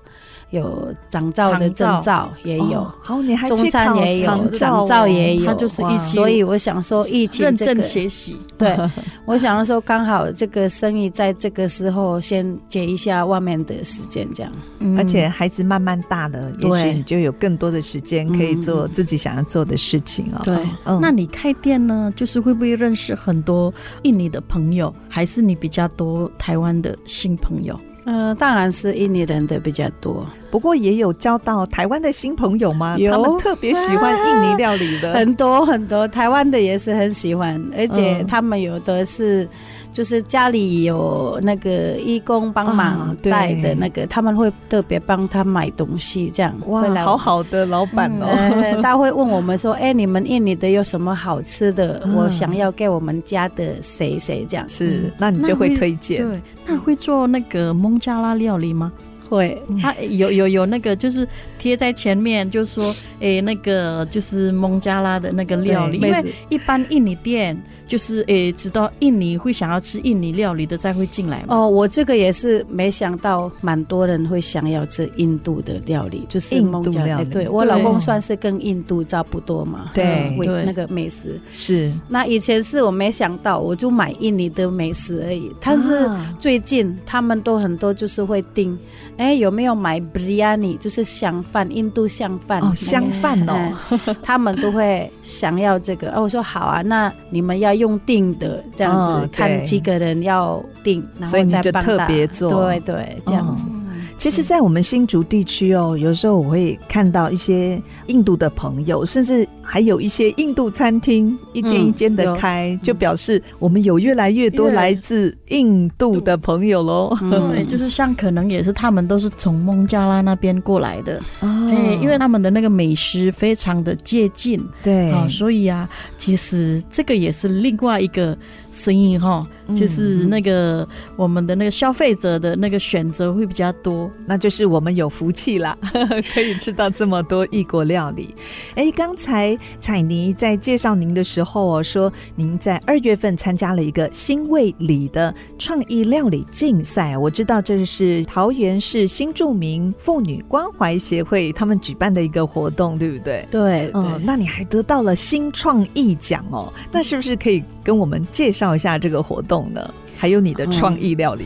Speaker 4: 有长照的证
Speaker 3: 长
Speaker 4: 照也有，
Speaker 3: 哦好，你还
Speaker 4: 中
Speaker 3: 去
Speaker 4: 餐
Speaker 3: 考
Speaker 4: 也有
Speaker 3: 长，
Speaker 4: 长
Speaker 3: 照
Speaker 4: 照
Speaker 3: 哦
Speaker 4: 也有，
Speaker 2: 它就是一起
Speaker 4: 所以我想说哦疫情
Speaker 2: 认
Speaker 4: 这
Speaker 2: 真
Speaker 4: 个，
Speaker 2: 学习，
Speaker 4: 对我想说刚好这个生意在这个时候先解一下外面的时间，这样
Speaker 2: 嗯
Speaker 3: 而且孩子慢慢大了，也
Speaker 4: 对
Speaker 3: 许你就有更多的时间可以做
Speaker 4: 嗯
Speaker 3: 自己想要做的事情哦。
Speaker 4: 对
Speaker 3: 嗯
Speaker 2: 那你开店呢，就是会不会认识很多印尼的朋友，还是你比较多台湾的新朋友？
Speaker 4: 嗯、呃当然是印尼人的比较多，
Speaker 3: 不过也有交到台湾的新朋友吗？
Speaker 4: 有
Speaker 3: 他们特别喜欢印尼料理的，
Speaker 4: 很多很多台湾的也是很喜欢，而且
Speaker 3: 嗯
Speaker 4: 他们有的是就是家里有那个义工帮忙
Speaker 3: 啊对
Speaker 4: 带的那个，他们会特别帮他买东西，这样
Speaker 3: 哇
Speaker 4: 会，来
Speaker 3: 好。好的老板哦。
Speaker 4: 呃，他会问我们说：“哎，你们印尼的有什么好吃的？
Speaker 3: 嗯
Speaker 4: 我想要给我们家的谁谁这样。
Speaker 3: 是
Speaker 2: 嗯，
Speaker 3: 那你就
Speaker 2: 那
Speaker 3: 会
Speaker 2: 会
Speaker 3: 推荐。
Speaker 2: 对，那会做那个蒙加拉料理吗？”
Speaker 4: 会，
Speaker 2: 它有有有那个就是贴在前面，就说诶那个就是蒙加拉的那个料理，因
Speaker 3: 对
Speaker 4: 妹
Speaker 2: 为
Speaker 4: 子
Speaker 2: 一般印尼店就是诶知道印尼会想要吃印尼料理的才会进来嘛。
Speaker 4: 哦，我这个也是没想到，蛮多人会想要吃印度的料理，就是
Speaker 3: 印度
Speaker 4: 孟加拉哎
Speaker 3: 料理
Speaker 4: 对我
Speaker 2: 对
Speaker 4: 老公算是跟印度差不多嘛，
Speaker 3: 对
Speaker 4: 嗯味
Speaker 2: 对
Speaker 4: 那个美食。
Speaker 3: 是，
Speaker 4: 那以前是我没想到，我就买印尼的美食而已。但是
Speaker 3: 啊
Speaker 4: 最近他们都很多就是会订，哎，有没有买 biryani，就是香饭，印度香饭。
Speaker 3: 哦，香饭哦，
Speaker 4: 哎他们都会想要这个。哦，我说好啊，那你们要用订的这样子，
Speaker 3: 嗯对
Speaker 4: 看几个人要订，然
Speaker 3: 所以
Speaker 4: 后
Speaker 3: 你
Speaker 4: 再
Speaker 3: 就
Speaker 4: 帮
Speaker 3: 特
Speaker 4: 他
Speaker 3: 别做
Speaker 4: 对对，这样子。
Speaker 3: 其实，在我们新竹地区哦，有时候我会看到一些印度的朋友，甚至还有一些印度餐厅一间
Speaker 4: 嗯
Speaker 3: 一间的
Speaker 4: 有
Speaker 3: 开，就表示我们有越来越多
Speaker 2: 越
Speaker 3: 来自印度的朋友喽。
Speaker 4: 嗯
Speaker 2: 对，就是像可能也是他们都是从孟加拉那边过来的，
Speaker 3: 哦
Speaker 2: 哎、因为他们的那个美食非常的接近
Speaker 3: 对
Speaker 2: 啊、所以啊，其实这个也是另外一个生意哈、
Speaker 3: 嗯
Speaker 2: 就是那个我们的那个消费者的那个选择会比较多，
Speaker 3: 那就是我们有福气啦， 可以吃到这么多异国料理。哎，刚才彩妮在介绍您的时候哦，说您在二月份参加了一个新味里的创意料理竞赛，我知道这是桃园市新著名妇女关怀协会他们举办的一个活动，对不对？
Speaker 4: 对对。
Speaker 3: 嗯，那你还得到了新创意奖哦，那是不是可以跟我们介绍一下这个活动呢？还有你的创意料理，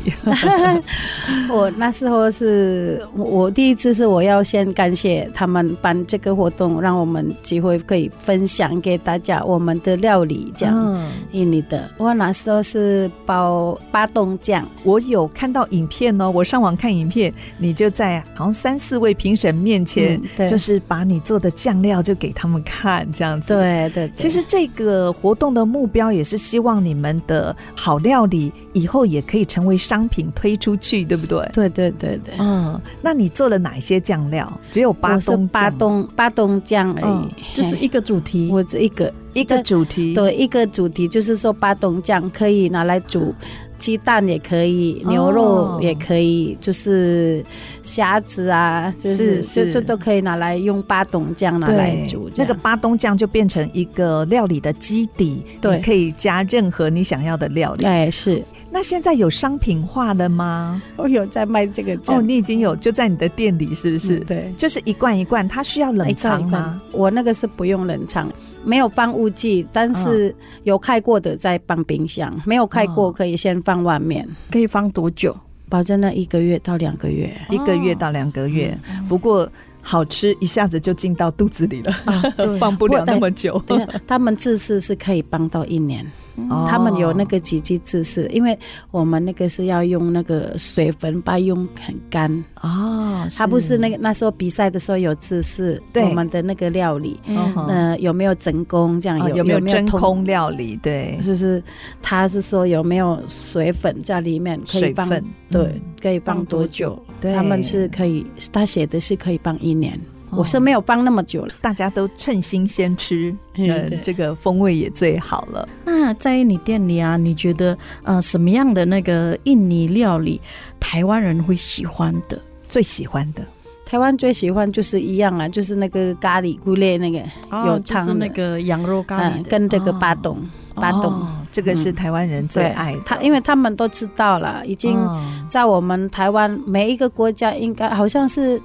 Speaker 4: 我那时候是我我第一次是我要先感谢他们办这个活动，让我们机会可以分享给大家我们的料理这样。
Speaker 3: 嗯
Speaker 4: 印尼的，我那时候是包巴东酱，
Speaker 3: 我有看到影片哦，我上网看影片，你就在好像三四位评审面前，
Speaker 4: 嗯对
Speaker 3: 就是把你做的酱料就给他们看，这样子。。
Speaker 4: 对对对，
Speaker 3: 其实这个活动的目标也是希望你们的好料理以后也可以成为商品推出去，对不对？
Speaker 4: 对对对对，
Speaker 3: 嗯，那你做了哪些酱料？只有巴
Speaker 4: 我是
Speaker 3: 东
Speaker 4: 巴
Speaker 3: 酱
Speaker 4: 东巴东酱而已，
Speaker 2: 哦嗯就是
Speaker 4: 嘿
Speaker 2: 一个主题。
Speaker 4: 我这一个
Speaker 3: 一个主题，
Speaker 4: 对一个主题，就是说巴东酱可以拿来煮鸡蛋也可以，
Speaker 3: 哦
Speaker 4: 牛肉也可以，就是虾子啊，就是
Speaker 3: 是是
Speaker 4: 就就都可以拿来用巴东酱拿
Speaker 3: 对，
Speaker 4: 来煮这
Speaker 3: 那
Speaker 4: 样。
Speaker 3: 个巴东酱就变成一个料理的基底，
Speaker 4: 对
Speaker 3: 你可以加任何你想要的料理。
Speaker 4: 哎是，
Speaker 3: 那现在有商品化了吗？
Speaker 4: 我有在卖这个酱
Speaker 3: 哦，你已经有就在你的店里是不是？
Speaker 4: 嗯对。
Speaker 3: 就是一罐一罐，它需要冷藏
Speaker 4: 哎一罐一
Speaker 3: 吗？
Speaker 4: 罐我那个是不用冷藏，没有放雾剂，但是有开过的再放冰箱，没有开过
Speaker 3: 哦
Speaker 4: 可以先放外面，
Speaker 2: 可以放多久？
Speaker 4: 保证那一个月到两个月。
Speaker 3: 一个月到两个月，
Speaker 4: 哦
Speaker 3: 不过好吃一下子就进到肚子里了，
Speaker 4: 啊
Speaker 3: 放不了那么久。
Speaker 4: 等一下，他们自制是可以帮到一年，
Speaker 3: 哦
Speaker 4: 他们有那个几级自制，因为我们那个是要用那个水粉把它用很干，
Speaker 3: 哦，
Speaker 4: 它不是那个那时候比赛的时候有自制
Speaker 3: 对
Speaker 4: 我们的那个料理，
Speaker 3: 嗯哼
Speaker 4: 呃，有没有真空这样
Speaker 3: 啊
Speaker 4: 有
Speaker 3: 有没有真
Speaker 4: 通
Speaker 3: 空？料理？对，
Speaker 4: 就是他是说有没有水粉在里面可以
Speaker 3: 水
Speaker 4: 放
Speaker 3: 分
Speaker 4: 对
Speaker 3: 嗯，
Speaker 4: 可以放
Speaker 2: 放
Speaker 4: 多
Speaker 2: 多
Speaker 4: 久？
Speaker 3: 对
Speaker 4: 他们是可以，他写的是可以放一年，
Speaker 3: 哦
Speaker 4: 我是没有放那么久了。
Speaker 3: 大家都趁新鲜吃，
Speaker 4: 嗯
Speaker 3: 呃
Speaker 4: 对
Speaker 3: 这个风味也最好了。
Speaker 2: 那在你店里啊，你觉得呃什么样的那个印尼料理台湾人会喜欢的？
Speaker 3: 最喜欢的
Speaker 4: 台湾最喜欢就是一样啊，就是那个咖喱菇类那个，有
Speaker 2: 就
Speaker 4: 汤
Speaker 2: 是
Speaker 4: 的
Speaker 2: 那个羊肉咖喱
Speaker 4: 嗯，
Speaker 2: 的
Speaker 4: 跟这个
Speaker 3: 哦
Speaker 4: 巴董，巴董，
Speaker 3: 哦，这个是台湾人最
Speaker 4: 嗯对
Speaker 3: 爱的。
Speaker 4: 他因为他们都知道了，已经
Speaker 3: 哦
Speaker 4: 在我们台湾每一个国家应该好像是，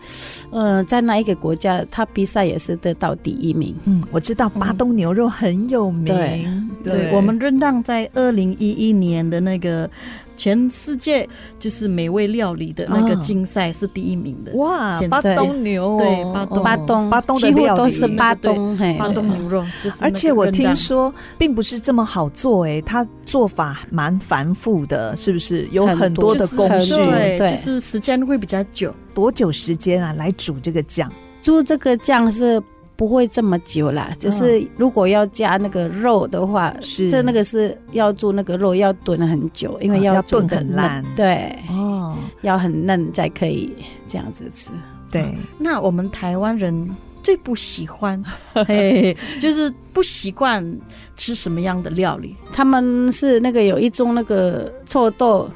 Speaker 4: 嗯、在那一个国家他比赛也是得到第一名。
Speaker 3: 嗯，我知道巴东牛肉很有名。
Speaker 4: 对
Speaker 2: 对我们任当在二零一一年的那个全世界就是美味料理的那个
Speaker 3: 哦
Speaker 2: 竞赛是第一名的，
Speaker 3: 哇，
Speaker 2: 现
Speaker 3: 巴
Speaker 2: 在
Speaker 3: 东牛哦
Speaker 2: 对巴东
Speaker 3: 哦
Speaker 4: 巴东，
Speaker 3: 巴东的
Speaker 4: 几乎
Speaker 3: 料
Speaker 4: 都
Speaker 3: 理
Speaker 4: 是巴东，嘿，
Speaker 2: 巴东
Speaker 4: 对
Speaker 2: 牛肉就是那个
Speaker 3: 而且我
Speaker 2: 任当
Speaker 3: 听说，并不是这么好做诶、它做法蛮繁复的，是不是？有
Speaker 4: 很
Speaker 3: 很多
Speaker 4: 多
Speaker 3: 的
Speaker 2: 就是
Speaker 3: 工
Speaker 2: 很
Speaker 3: 序，
Speaker 2: 对，
Speaker 4: 对
Speaker 2: 就是时间会比较久。
Speaker 3: 多久时间啊？来煮这个酱？
Speaker 4: 猪这个酱是不会这么久啦，只是如果要加那个肉的话，
Speaker 3: 嗯是
Speaker 4: 就那个是要做那个肉要炖很久，因为
Speaker 3: 啊要
Speaker 4: 煮
Speaker 3: 炖
Speaker 4: 得
Speaker 3: 很
Speaker 4: 嫩
Speaker 3: 烂
Speaker 4: 对，
Speaker 3: 哦，
Speaker 4: 要很嫩才可以这样子吃。
Speaker 3: 对，
Speaker 2: 那我们台湾人最不喜欢， 嘿，就是不习惯吃什么样的料理，
Speaker 4: 他们是那个有一种那个臭豆，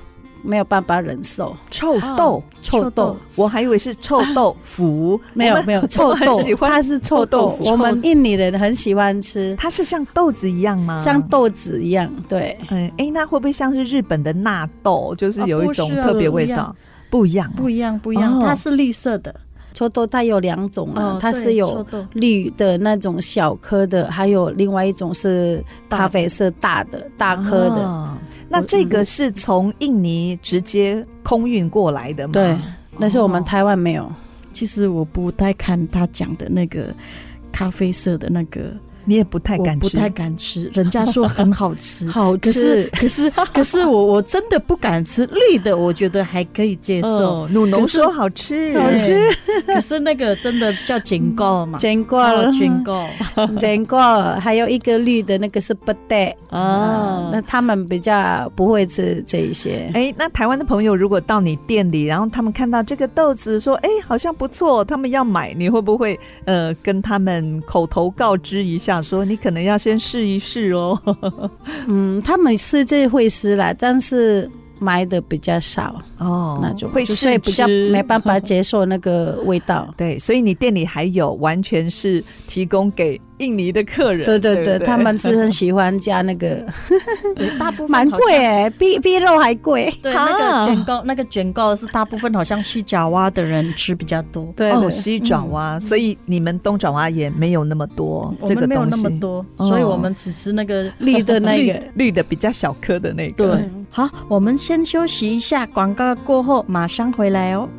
Speaker 4: 没有办法忍受
Speaker 3: 臭豆，
Speaker 4: 臭豆。
Speaker 3: 我还以为是臭豆腐，
Speaker 4: 没
Speaker 3: 我
Speaker 4: 有
Speaker 3: 们
Speaker 4: 没有，
Speaker 3: 我
Speaker 4: 臭
Speaker 3: 很
Speaker 4: 豆
Speaker 3: 喜，欢
Speaker 4: 它是臭
Speaker 3: 臭豆
Speaker 4: 豆
Speaker 3: 腐
Speaker 4: 腐。我们印尼人很喜欢吃，
Speaker 3: 它是像豆子一样吗？
Speaker 4: 像。豆子一样。对，
Speaker 3: 嗯，哎，那会不会像是日本的纳豆，就是
Speaker 2: 啊
Speaker 3: 有一
Speaker 2: 不是
Speaker 3: 种
Speaker 2: 啊
Speaker 3: 特别味
Speaker 2: 不
Speaker 3: 道
Speaker 2: 一样？
Speaker 3: 不一样，
Speaker 2: 不一样不一样，
Speaker 3: 哦
Speaker 2: 它是绿色的，嗯
Speaker 4: 臭豆它有两种啊，它是
Speaker 2: 哦对
Speaker 4: 有
Speaker 2: 臭豆
Speaker 4: 绿的那种小颗的，还有另外一种是
Speaker 3: 大
Speaker 4: 咖啡色大的大颗的。
Speaker 3: 哦那这
Speaker 2: 嗯
Speaker 3: 个是从印尼直接空运过来的吗？
Speaker 4: 对
Speaker 3: 哦，
Speaker 4: 但是我们台湾没有，
Speaker 2: 其实我不太看他讲的那个咖啡色的那个，
Speaker 3: 你也不太
Speaker 2: 我
Speaker 3: 敢
Speaker 2: 不
Speaker 3: 吃，
Speaker 2: 太敢吃。人家说很好 吃，
Speaker 4: 好
Speaker 2: 可是可是 可是我我真的不敢吃绿的，我觉得还可以接受。
Speaker 3: 哦，努农
Speaker 2: 可是
Speaker 3: 说好 吃，
Speaker 2: 对，可是那个真的叫警告嘛，
Speaker 4: 煎过
Speaker 2: 哦
Speaker 4: 了，
Speaker 2: 警告。
Speaker 4: 煎过，还有一个绿的那个是不带啊
Speaker 3: 啊。。
Speaker 4: 那他们比较不会吃这一些。
Speaker 3: 哎，那台湾的朋友如果到你店里，然后他们看到这个豆子，说：“哎，好像不错，他们要买。”你会不会呃跟他们口头告知一下，说你可能要先试一试哦？
Speaker 4: 嗯，他们是这会吃啦，但是买的比较少，
Speaker 3: 哦
Speaker 4: 那种
Speaker 3: 会
Speaker 4: 就所以
Speaker 3: 试
Speaker 4: 比较
Speaker 3: 吃。
Speaker 4: 没办法接受那个味 道
Speaker 3: 对，所以你店里还有完全是提供给印尼的客人，
Speaker 4: 对对
Speaker 3: 对
Speaker 4: 对，
Speaker 3: 不
Speaker 4: 他们是很喜欢加那个，
Speaker 2: 对大部分
Speaker 4: 蛮
Speaker 2: 好像
Speaker 4: 贵哎，比比肉还贵。
Speaker 2: 对，
Speaker 3: 哈
Speaker 2: 那个卷糕，那个卷糕是大部分好像去爪哇的人吃比较多，
Speaker 4: 对
Speaker 3: 哦
Speaker 4: 对
Speaker 3: 西爪哇，所以你们东爪哇也没有那么多
Speaker 2: 嗯我
Speaker 3: 这个
Speaker 2: 们没有
Speaker 3: 东
Speaker 2: 那么
Speaker 3: 西，
Speaker 2: 多，
Speaker 3: 哦
Speaker 2: 所以我们只吃那个
Speaker 4: 绿的那
Speaker 2: 绿
Speaker 4: 个。
Speaker 3: 绿的比较小颗的那个。
Speaker 2: 对，好，我们先休息一下，广告过后马上回来哦。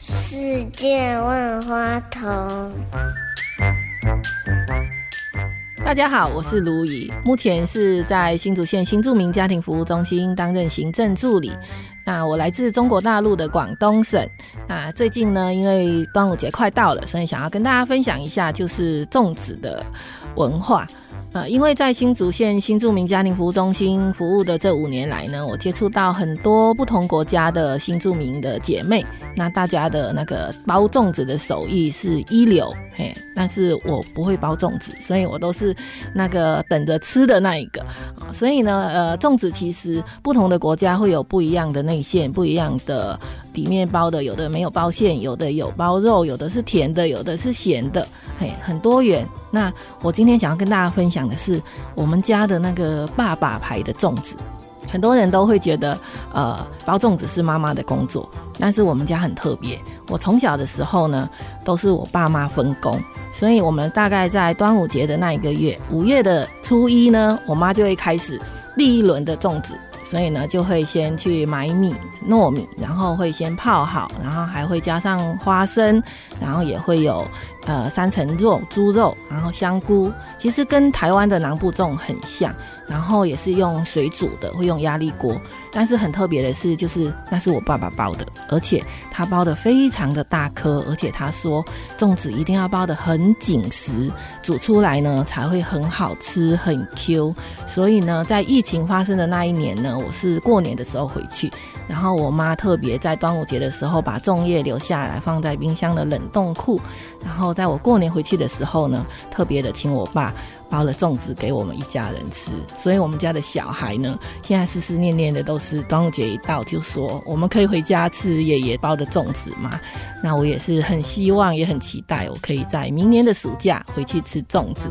Speaker 5: 世界万花筒。
Speaker 6: 大家好，我是卢怡，目前是在新竹县新住民家庭服务中心担任行政助理。那我来自中国大陆的广东省。那最近呢，因为端午节快到了，所以想要跟大家分享一下，就是粽子的文化。呃，因为在新竹县新住民家庭服务中心服务的这五年来呢，我接触到很多不同国家的新住民的姐妹，那大家的那个包粽子的手艺是一流，嘿，但是我不会包粽子，所以我都是那个等着吃的那一个。啊所以呢，呃，粽子其实不同的国家会有不一样的内馅，不一样的里面包的，有的没有包馅，有的有包肉，有的是甜的，有的是咸的，嘿，很多元。那我今天想要跟大家分享的是我们家的那个爸爸牌的粽子。很多人都会觉得，呃，包粽子是妈妈的工作，但是我们家很特别。我从小的时候呢，都是我爸妈分工，所以我们大概在端午节的那一个月，五月的初一呢，我妈就会开始第一轮的粽子，所以呢就会先去买米、糯米，然后会先泡好，然后还会加上花生，然后也会有呃三层肉、猪肉，然后香菇，其实跟台湾的南部粽很像，然后也是用水煮的，会用压力锅，但是很特别的是，就是那是我爸爸包的，而且他包的非常的大颗，而且他说粽子一定要包的很紧实，煮出来呢才会很好吃、很 Q。所以呢，在疫情发生的那一年呢，我是过年的时候回去，然后我妈特别在端午节的时候把粽叶留下来，放在冰箱的冷冻库，然后在我过年回去的时候呢，特别的请我爸包了粽子给我们一家人吃，所以我们家的小孩呢，现在思思念念的都是端午节一到就说我们可以回家吃爷爷包的粽子嘛。那我也是很希望，也很期待，我可以在明年的暑假回去吃粽子。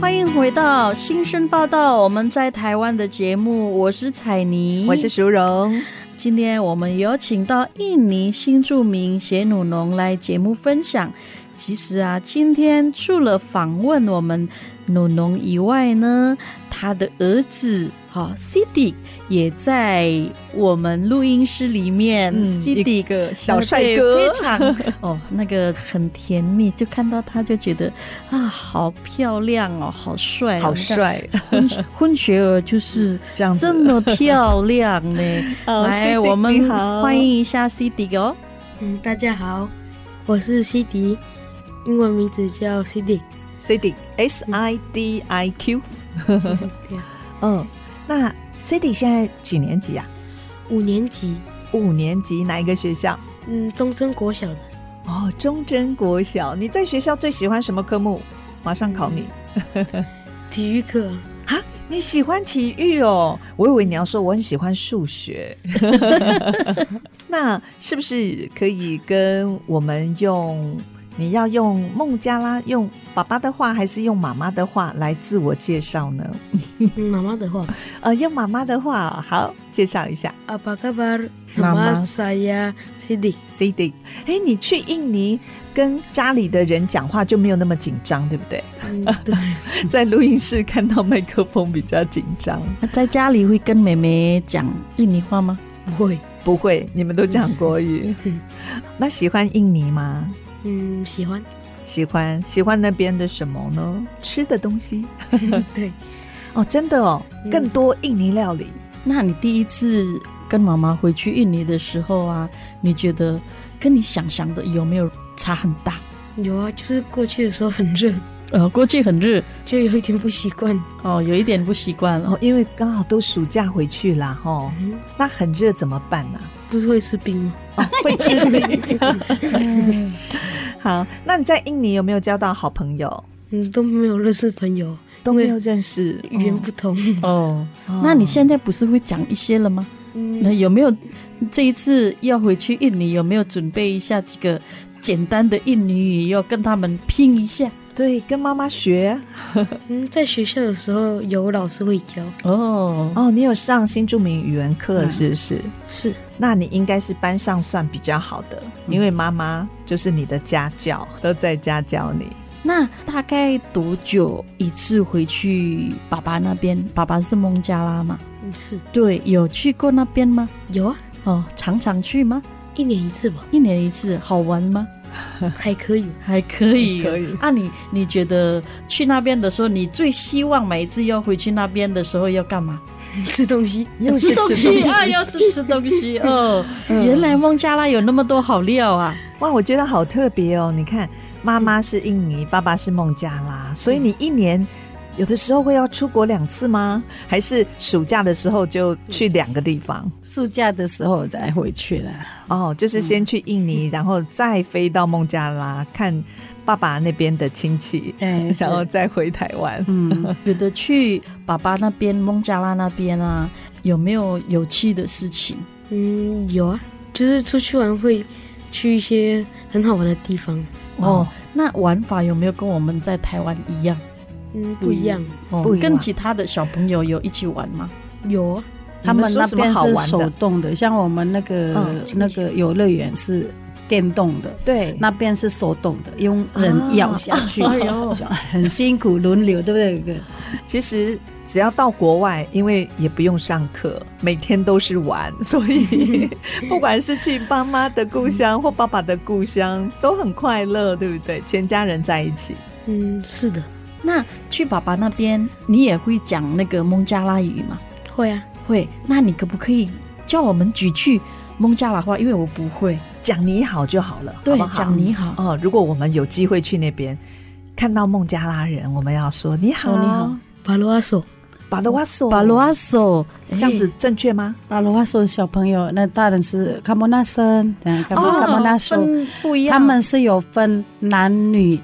Speaker 2: 欢迎回到新生报道，我们在台湾的节目，我是彩妮，
Speaker 3: 我是淑荣，
Speaker 2: 今天我们有请到印尼新著名血努农来节目分享。其实啊，今天除了访问我们努农以外呢，他的儿子好 c i d i 也在我们录音室里面。
Speaker 3: 嗯
Speaker 2: c i d
Speaker 3: 一
Speaker 2: i
Speaker 3: 个小帅哥
Speaker 2: 非 常哦，那个很甜蜜，就看到他就觉得啊，好漂亮哦，好帅哦、
Speaker 3: 好
Speaker 2: 你看，
Speaker 3: 帅，
Speaker 2: 混混血儿就是
Speaker 3: 这样子
Speaker 2: 这哦么漂亮 呢、
Speaker 3: 好
Speaker 2: 来，
Speaker 3: Cindy，
Speaker 2: 我们
Speaker 3: 你好
Speaker 2: 欢迎一下 C D 哦。
Speaker 7: 嗯，大家好，我是西迪，英文名字叫西迪。
Speaker 3: Sidiq S I D I Q，嗯，那 Sidiq 现在几年级啊？
Speaker 7: 五年级，
Speaker 3: 五年级，哪一个学校？
Speaker 7: 嗯，中正国小的。
Speaker 3: 哦，忠贞国小。你在学校最喜欢什么科目？马上考你
Speaker 7: 体育课
Speaker 3: 啊！你喜欢体育哦？我以为你要说我很喜欢数学。 那是不是可以跟我们用？你要用孟加拉用爸爸的话，还是用妈妈的话来自我介绍呢？
Speaker 7: 嗯妈妈的话，啊
Speaker 3: 呃，用妈妈的话，好，介绍一下。
Speaker 7: apa kabar?
Speaker 3: Mama.
Speaker 7: Nama saya Sidik.
Speaker 3: C D，哎，诶你去印尼跟家里的人讲话就没有那么紧张，对不对？
Speaker 7: 嗯，对，
Speaker 3: 在录音室看到麦克风比较紧张，
Speaker 2: 那在家里会跟妹妹讲印尼话吗？
Speaker 7: 不会。
Speaker 3: 不会，你们都讲国语。那喜欢印尼吗？
Speaker 7: 嗯，喜欢。
Speaker 3: 喜欢，喜欢那边的什么呢？吃的东西
Speaker 7: 对，
Speaker 3: 哦，真的哦，
Speaker 7: 嗯
Speaker 3: 更多印尼料理。
Speaker 2: 那你第一次跟妈妈回去印尼的时候啊，你觉得跟你想象的有没有差很大？
Speaker 7: 有啊，就是过去的时候很热，
Speaker 2: 呃，过去很热
Speaker 7: 就有一点不习惯。
Speaker 2: 哦，有一点不习惯
Speaker 3: 哦
Speaker 2: 哦，，
Speaker 3: 因为刚好都暑假回去啦，哈、哦，
Speaker 7: 嗯，
Speaker 3: 那很热怎么办啊呢、
Speaker 7: 不是会吃冰吗？
Speaker 3: 哦，会吃冰。好，那你在印尼有没有交到好朋友？
Speaker 7: 嗯，都没有认识朋友，
Speaker 3: 都没有认识，嗯
Speaker 7: 语言不同。
Speaker 2: 哦，
Speaker 3: 哦
Speaker 2: 那你现在不是会讲一些了吗？那
Speaker 7: 嗯，
Speaker 2: 有没有这一次要回去印尼，有没有准备一下几个简单的印尼语，要跟他们拼一下？
Speaker 3: 对跟妈妈学
Speaker 7: 嗯，在学校的时候有老师会教，嗯
Speaker 2: 哦，
Speaker 3: 哦。你有上新著名语文课
Speaker 2: 嗯
Speaker 3: 是不是？
Speaker 7: 是
Speaker 3: 那你应该是班上算比较好
Speaker 7: 嗯
Speaker 3: 的，因为妈妈就是你的家教，都在家教你。
Speaker 2: 那大概多久一次回去爸爸那边？爸爸是孟加拉嘛？
Speaker 7: 嗯是
Speaker 2: 对，有去过那边吗？
Speaker 7: 有啊，
Speaker 2: 哦，常常去吗？
Speaker 7: 一年一次吧，
Speaker 2: 一年一次，好玩吗？
Speaker 7: 还可以。
Speaker 2: 还可以，
Speaker 3: 还可以
Speaker 2: 啊，你你觉得去那边的时候，你最希望每一次要回去那边的时候要干嘛？
Speaker 7: 吃东西，
Speaker 3: 又是吃东西
Speaker 2: 啊，又是吃 东西哦。原来孟加拉有那么多好料啊！
Speaker 3: 哇，我觉得好特别哦！你看，妈妈是印尼，爸爸是孟加拉，
Speaker 4: 嗯
Speaker 3: 所以你一年。有的时候会要出国两次吗？还是暑假的时候就去两个地方？
Speaker 4: 暑假的时候再回去了。
Speaker 3: 哦，就是先去印
Speaker 4: 嗯
Speaker 3: 尼，然后再飞到孟加拉看爸爸那边的亲戚，
Speaker 4: 哎是
Speaker 3: 然后再回台湾。
Speaker 4: 嗯，
Speaker 2: 觉得去爸爸那边、孟加拉那边啊，有没有有趣的事情？
Speaker 7: 嗯，有啊，就是出去玩会去一些很好玩的地方，
Speaker 2: 哦，那玩法有没有跟我们在台湾一样？
Speaker 7: 嗯，不一样，
Speaker 2: 哦
Speaker 3: 不一样
Speaker 2: 跟其他的小朋友有一起玩吗？
Speaker 7: 有啊，
Speaker 4: 他们
Speaker 3: 说
Speaker 4: 那
Speaker 3: 什么
Speaker 4: 边
Speaker 3: 好
Speaker 4: 是
Speaker 3: 玩
Speaker 4: 手
Speaker 3: 的？
Speaker 4: 动的，像我们那个、
Speaker 3: 嗯
Speaker 4: 那个游乐园是电动的。
Speaker 3: 对，
Speaker 4: 那边是手动的，用人咬下去，
Speaker 2: 啊哎呦
Speaker 4: 就很辛苦，轮流，对不对？有个
Speaker 3: 其实只要到国外，因为也不用上课，每天都是玩， 所 以不管是去爸妈的故乡或爸爸的故乡，都很快乐，对不对？全家人在一起。
Speaker 7: 嗯，是的，
Speaker 2: 那去爸爸那边，你也会讲那个孟加拉语吗？
Speaker 7: 会啊，
Speaker 2: 会。那你可不可以教我们几句孟加拉话？因为我不会。
Speaker 3: 讲你好就好了，
Speaker 2: 对
Speaker 3: 好不好
Speaker 2: 讲你好
Speaker 3: 哦。如果我们有机会去那边，看到孟加拉人，我们要说你好，
Speaker 2: 说你好，
Speaker 7: 巴罗阿索，
Speaker 3: 巴罗瓦索，
Speaker 2: 巴罗阿索，
Speaker 3: 这
Speaker 2: 哎
Speaker 3: 样子正确吗？
Speaker 4: 巴罗瓦说小朋友，那大人是卡莫纳森，这样卡莫
Speaker 3: 哦
Speaker 4: 卡莫纳说，
Speaker 7: 分不一样，？
Speaker 4: 他们是有分男女、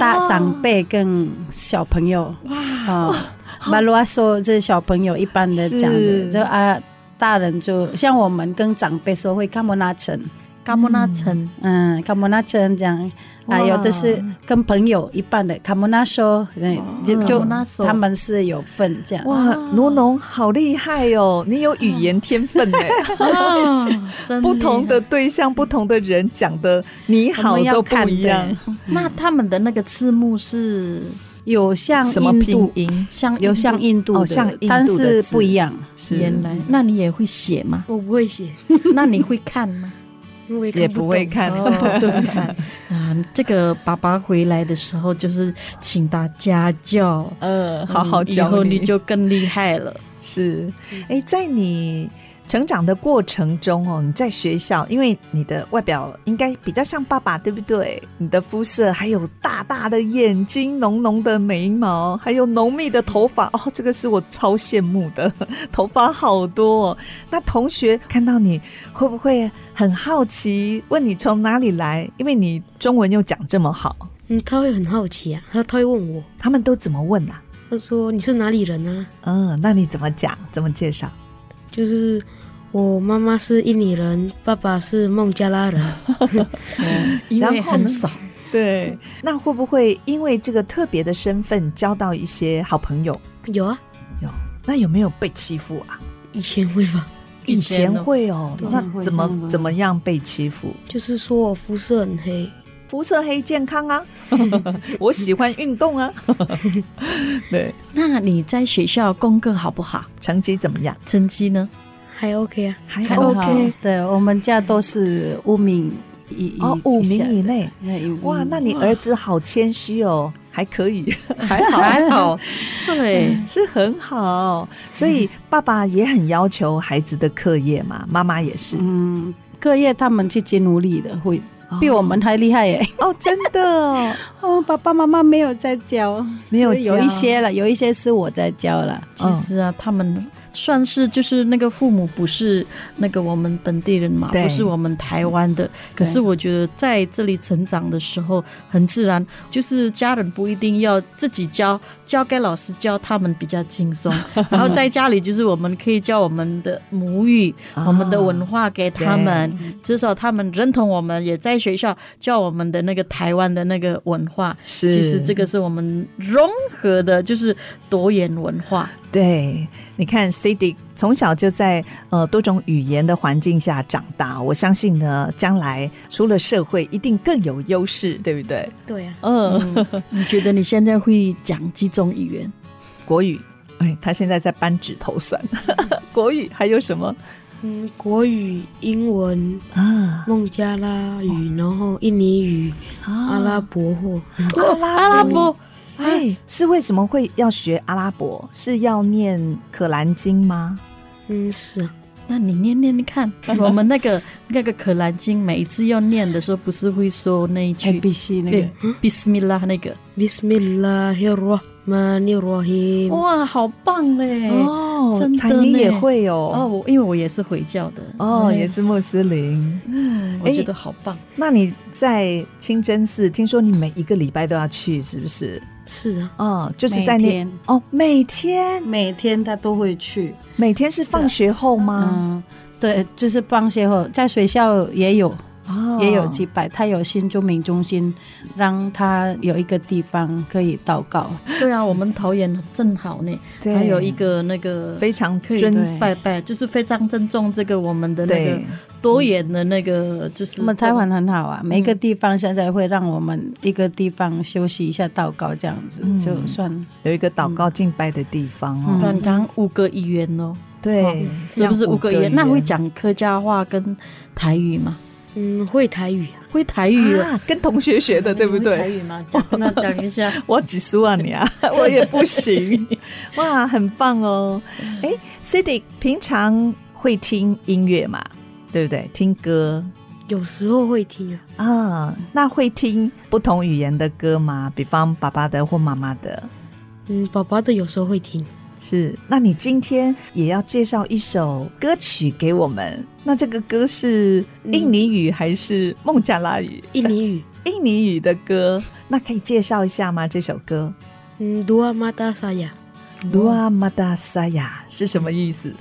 Speaker 4: 大
Speaker 3: 哦
Speaker 4: 长辈跟小朋友。
Speaker 3: 哇，
Speaker 4: 啊，巴罗说这小朋友一般的讲
Speaker 3: 是
Speaker 4: 的，就啊，大人就像我们跟长辈说会看莫那城，
Speaker 2: 嘎莫纳城，
Speaker 4: 嗯，看莫那城这样啊，
Speaker 3: 哇
Speaker 4: 有的是跟朋友一般的看莫那说，嗯就就
Speaker 2: Kamonaso
Speaker 4: 他们是有份这样。
Speaker 3: 哇，奴农好厉害哦！你有语言天分哎，
Speaker 2: 啊， 真
Speaker 3: 不
Speaker 2: 厉
Speaker 3: 同
Speaker 2: 害
Speaker 3: 的对象、不同的人讲的你好都不一
Speaker 4: 我们要
Speaker 3: 样
Speaker 4: 看，
Speaker 2: 那他们的那个字幕是
Speaker 4: 有像
Speaker 3: 什么
Speaker 4: 印
Speaker 3: 拼
Speaker 4: 度，
Speaker 3: 音？
Speaker 2: 像
Speaker 4: 有像印度
Speaker 3: 哦
Speaker 4: 的，
Speaker 3: 像印度的
Speaker 4: 但是
Speaker 3: 字
Speaker 4: 不一样。
Speaker 2: 原来，那你也会 写吗
Speaker 7: 我不会写，
Speaker 2: 那你会看吗？
Speaker 7: 因为我
Speaker 3: 也
Speaker 7: 看
Speaker 3: 不会看。
Speaker 2: 哦，
Speaker 7: 懂
Speaker 2: 对看啊，这个爸爸回来的时候就是请他家教，
Speaker 3: 呃，好好
Speaker 2: 嗯以
Speaker 3: 教
Speaker 2: 后你就更厉害了。
Speaker 3: 是，哎，在你成长的过程中哦，你在学校，因为你的外表应该比较像爸爸，对不对？你的肤色，还有大大的眼睛、浓浓的眉毛，还有浓密的头发，哦，这个是我超羡慕的，头发好多、哦。那同学看到你会不会很好奇，问你从哪里来？因为你中文又讲这么好，
Speaker 7: 嗯，他会很好奇啊，他他会问我，
Speaker 3: 他们都怎么问啊？
Speaker 7: 他说你是哪里人啊？
Speaker 3: 嗯，那你怎么讲？怎么介绍？
Speaker 7: 就是我妈妈是印尼人，爸爸是孟加拉人，
Speaker 2: 因
Speaker 3: 然
Speaker 2: 为
Speaker 3: 后
Speaker 2: 很
Speaker 3: 呢
Speaker 2: 少，
Speaker 3: 对，那会不会因为这个特别的身份交到一些好朋友？
Speaker 7: 有啊，
Speaker 3: 有，那有没有被欺负啊？
Speaker 7: 以前会吧，
Speaker 3: 以
Speaker 2: 以前
Speaker 3: 前
Speaker 2: 呢
Speaker 3: 会哦，
Speaker 4: 以
Speaker 3: 那
Speaker 4: 前会
Speaker 3: 怎
Speaker 4: 以前
Speaker 3: 么
Speaker 4: 会
Speaker 3: 怎么样被欺负？
Speaker 7: 就是说我肤色很黑，
Speaker 3: 肤色黑健康 啊，我喜欢运动啊。 对，
Speaker 2: 那你在学校功课好不好？
Speaker 3: 成绩怎么样？
Speaker 2: 成绩呢？
Speaker 7: 还 OK 啊，
Speaker 3: 还
Speaker 4: 还
Speaker 3: OK
Speaker 4: 好对我们家都是五名以以
Speaker 3: 哦，五名以
Speaker 4: 内。
Speaker 3: 内。
Speaker 4: 对五
Speaker 3: 哇，
Speaker 4: 名
Speaker 3: 那你儿子好谦虚哦，还可以，
Speaker 2: 还好，还 好，对，
Speaker 3: 是很好。所
Speaker 4: 嗯
Speaker 3: 以爸爸也很要求孩子的课业嘛，妈妈也是。
Speaker 4: 嗯，各业他们自己努力的，会
Speaker 3: 哦
Speaker 4: 比我们还厉害耶。
Speaker 3: 哦，真的哦，
Speaker 4: 哦，爸爸妈妈没有在教，
Speaker 3: 没有
Speaker 4: 有一
Speaker 3: 教
Speaker 4: 些了，有一些是我在教了。
Speaker 2: 其
Speaker 3: 哦
Speaker 2: 实啊，他们算是就是那个父母不是那个我们本地人嘛，
Speaker 3: 对
Speaker 2: 不是我们台湾的。可是我觉得在这里成长的时候，很自然，就是家人不一定要自己教，教给老师教，他们比较轻松。然后在家里就是我们可以教我们的母语，我们的文化给他们，至少他们认同我们，也在学校教我们的那个台湾的那个文化。
Speaker 3: 是
Speaker 2: 其实这个是我们融合的，就是多元文化。
Speaker 3: 对，你看 c i d y 从小就在呃多种语言的环境下长大，我相信呢，将来出了社会一定更有优势，对不对？
Speaker 7: 对啊，
Speaker 3: 嗯，
Speaker 2: 你觉得你现在会讲几种语言？
Speaker 3: 国语，哎，他现在在扳指头算， 国语还有什么
Speaker 7: 嗯，国语、英文、
Speaker 3: 啊？
Speaker 7: 孟加拉语，然后印尼语、阿拉伯货，
Speaker 3: 哦阿拉
Speaker 2: 阿拉伯，
Speaker 3: 哎，是为什么会要学阿拉伯？是要念《可兰经》吗？
Speaker 7: 嗯，是啊，
Speaker 2: 那你念念看。我们那个那个《可兰经》，每一次要念的时候，不是会说那一
Speaker 4: 哎，
Speaker 2: 句
Speaker 4: 必须那个
Speaker 2: 对，b
Speaker 7: 嗯
Speaker 2: i s m i l l a h 那个。
Speaker 7: Bismillahirrahmanirrahim。
Speaker 2: 哇，好棒嘞！
Speaker 3: 哦
Speaker 2: 哎真的
Speaker 3: 彩妮也
Speaker 2: 呢
Speaker 3: 会
Speaker 2: 哦，
Speaker 3: 哦。
Speaker 2: 我因为我也是回教的，
Speaker 3: 哦，也是穆斯林。
Speaker 2: 嗯，我
Speaker 3: 哎
Speaker 2: 觉得好棒。
Speaker 3: 那你在清真寺，听说你每一个礼拜都要去，是不是？
Speaker 7: 是啊，
Speaker 3: 嗯，就是
Speaker 4: 每
Speaker 3: 在那
Speaker 4: 天
Speaker 3: 哦，每天
Speaker 4: 每天他都会去。
Speaker 3: 每天是放学后吗？
Speaker 4: 嗯，对，就是帮学后在学校也有
Speaker 3: 哦
Speaker 4: 也有几百，他有新住民中心，让他有一个地方可以祷告。
Speaker 2: 对啊，我们桃园正好呢，
Speaker 3: 对
Speaker 2: 还有一个那个
Speaker 3: 非常
Speaker 2: 可以
Speaker 3: 尊
Speaker 4: 对
Speaker 2: 拜拜，就是非常尊重这个我们的那个
Speaker 3: 对
Speaker 2: 多元的那个，就是
Speaker 4: 我们台湾很好啊，每一个
Speaker 2: 嗯
Speaker 4: 地方现在会让我们一个地方休息一下祷告，这样子、
Speaker 3: 嗯
Speaker 4: 就算
Speaker 3: 有一个祷告敬拜的地方
Speaker 2: 不
Speaker 3: 哦。
Speaker 2: 然刚刚五个语言嗯哦。
Speaker 3: 对，
Speaker 2: 是不是
Speaker 3: 像
Speaker 2: 五
Speaker 3: 五
Speaker 2: 个
Speaker 3: 个言
Speaker 2: 语言？那会讲客家话跟台语吗？
Speaker 7: 嗯，会台语啊，
Speaker 2: 会台语了，
Speaker 3: 啊？跟同学学的，对不
Speaker 2: 嗯会台
Speaker 3: 对？
Speaker 2: 语吗？讲那讲一 下。
Speaker 3: 我几叔啊你 啊，我也不行。哇，很棒哦！哎 c i d y 平常会听音乐嘛？对不对？听歌，
Speaker 7: 有时候会听啊，
Speaker 3: 啊，那会听不同语言的歌吗？比方爸爸的或妈妈的
Speaker 7: 嗯，爸爸的有时候会听，
Speaker 3: 是，那你今天也要介绍一首歌曲给我们。那这个歌是印尼语还是孟加拉语？
Speaker 7: 印尼语，
Speaker 3: 印尼语的歌，那可以介绍一下吗？这首歌啊
Speaker 7: 嗯，dua mata saya，
Speaker 3: 《Dua Mata Saya》是什么意思？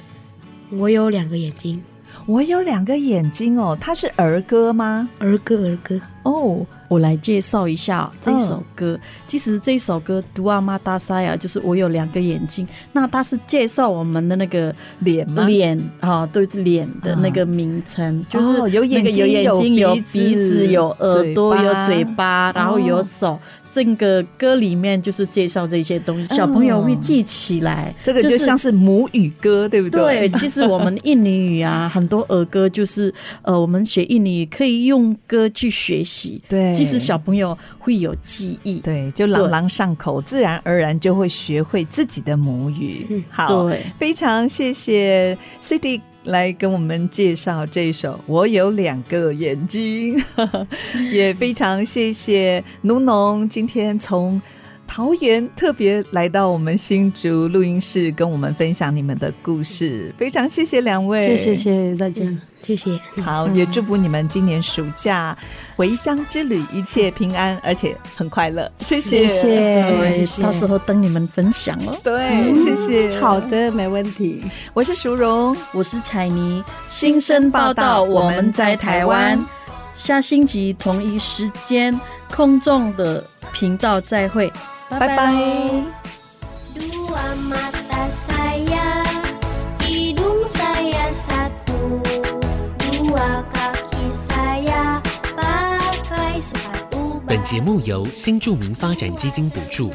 Speaker 7: 我有两个眼睛，
Speaker 3: 我有两个眼睛哦，它是儿歌吗？
Speaker 7: 儿歌儿歌，
Speaker 3: 哦，
Speaker 2: 我来介绍一下这首歌。
Speaker 3: 嗯
Speaker 2: 其实这首歌《杜阿玛大塞呀》，就是我有两个眼睛。那它是介绍我们的那个
Speaker 3: 脸吗？
Speaker 2: 脸啊、对脸的那个名称，就是
Speaker 3: 哦有
Speaker 2: 那
Speaker 3: 眼
Speaker 2: 个有
Speaker 3: 睛
Speaker 2: 眼
Speaker 3: 有
Speaker 2: 睛、有
Speaker 3: 鼻
Speaker 2: 鼻子、
Speaker 3: 子
Speaker 2: 有耳朵、
Speaker 3: 嘴
Speaker 2: 有
Speaker 3: 巴
Speaker 2: 嘴巴，然后有
Speaker 3: 哦
Speaker 2: 手。整个歌里面就是介绍这些东西，小朋友会
Speaker 3: 嗯
Speaker 2: 记起来。
Speaker 3: 这个就像是母语歌，对不
Speaker 2: 对，其实我们印尼语啊，很多儿歌就是呃，我们学印尼语可以用歌去学习。
Speaker 3: 对
Speaker 2: 其实小朋友会有记忆。
Speaker 3: 对，就朗朗上口，自然而然就会学会自己的母语
Speaker 7: 嗯。
Speaker 3: 好，
Speaker 2: 对，
Speaker 3: 非常谢谢 City 来跟我们介绍这首《我有两个眼睛》， 也非常谢谢奴农今天从。桃园特别来到我们新竹录音室，跟我们分享你们的故事，非常谢谢两位，
Speaker 4: 谢谢谢谢大家。
Speaker 7: 嗯，谢谢。
Speaker 3: 好，也祝福你们今年暑假回乡之旅一切平安，而且很快乐。谢谢，
Speaker 4: 谢谢
Speaker 2: 对到时候等你们分享哦。
Speaker 3: 对，谢谢。
Speaker 4: 嗯好，的，没问题。
Speaker 3: 我是淑荣，
Speaker 2: 我是彩妮，新生报道，我们在台湾，下星期同一时间空中的频道再会，
Speaker 3: 拜拜
Speaker 5: Dua mata saya, hidung saya satu, dua kaki saya pakai sepatu.
Speaker 8: 本节目由新著名发展基金补助，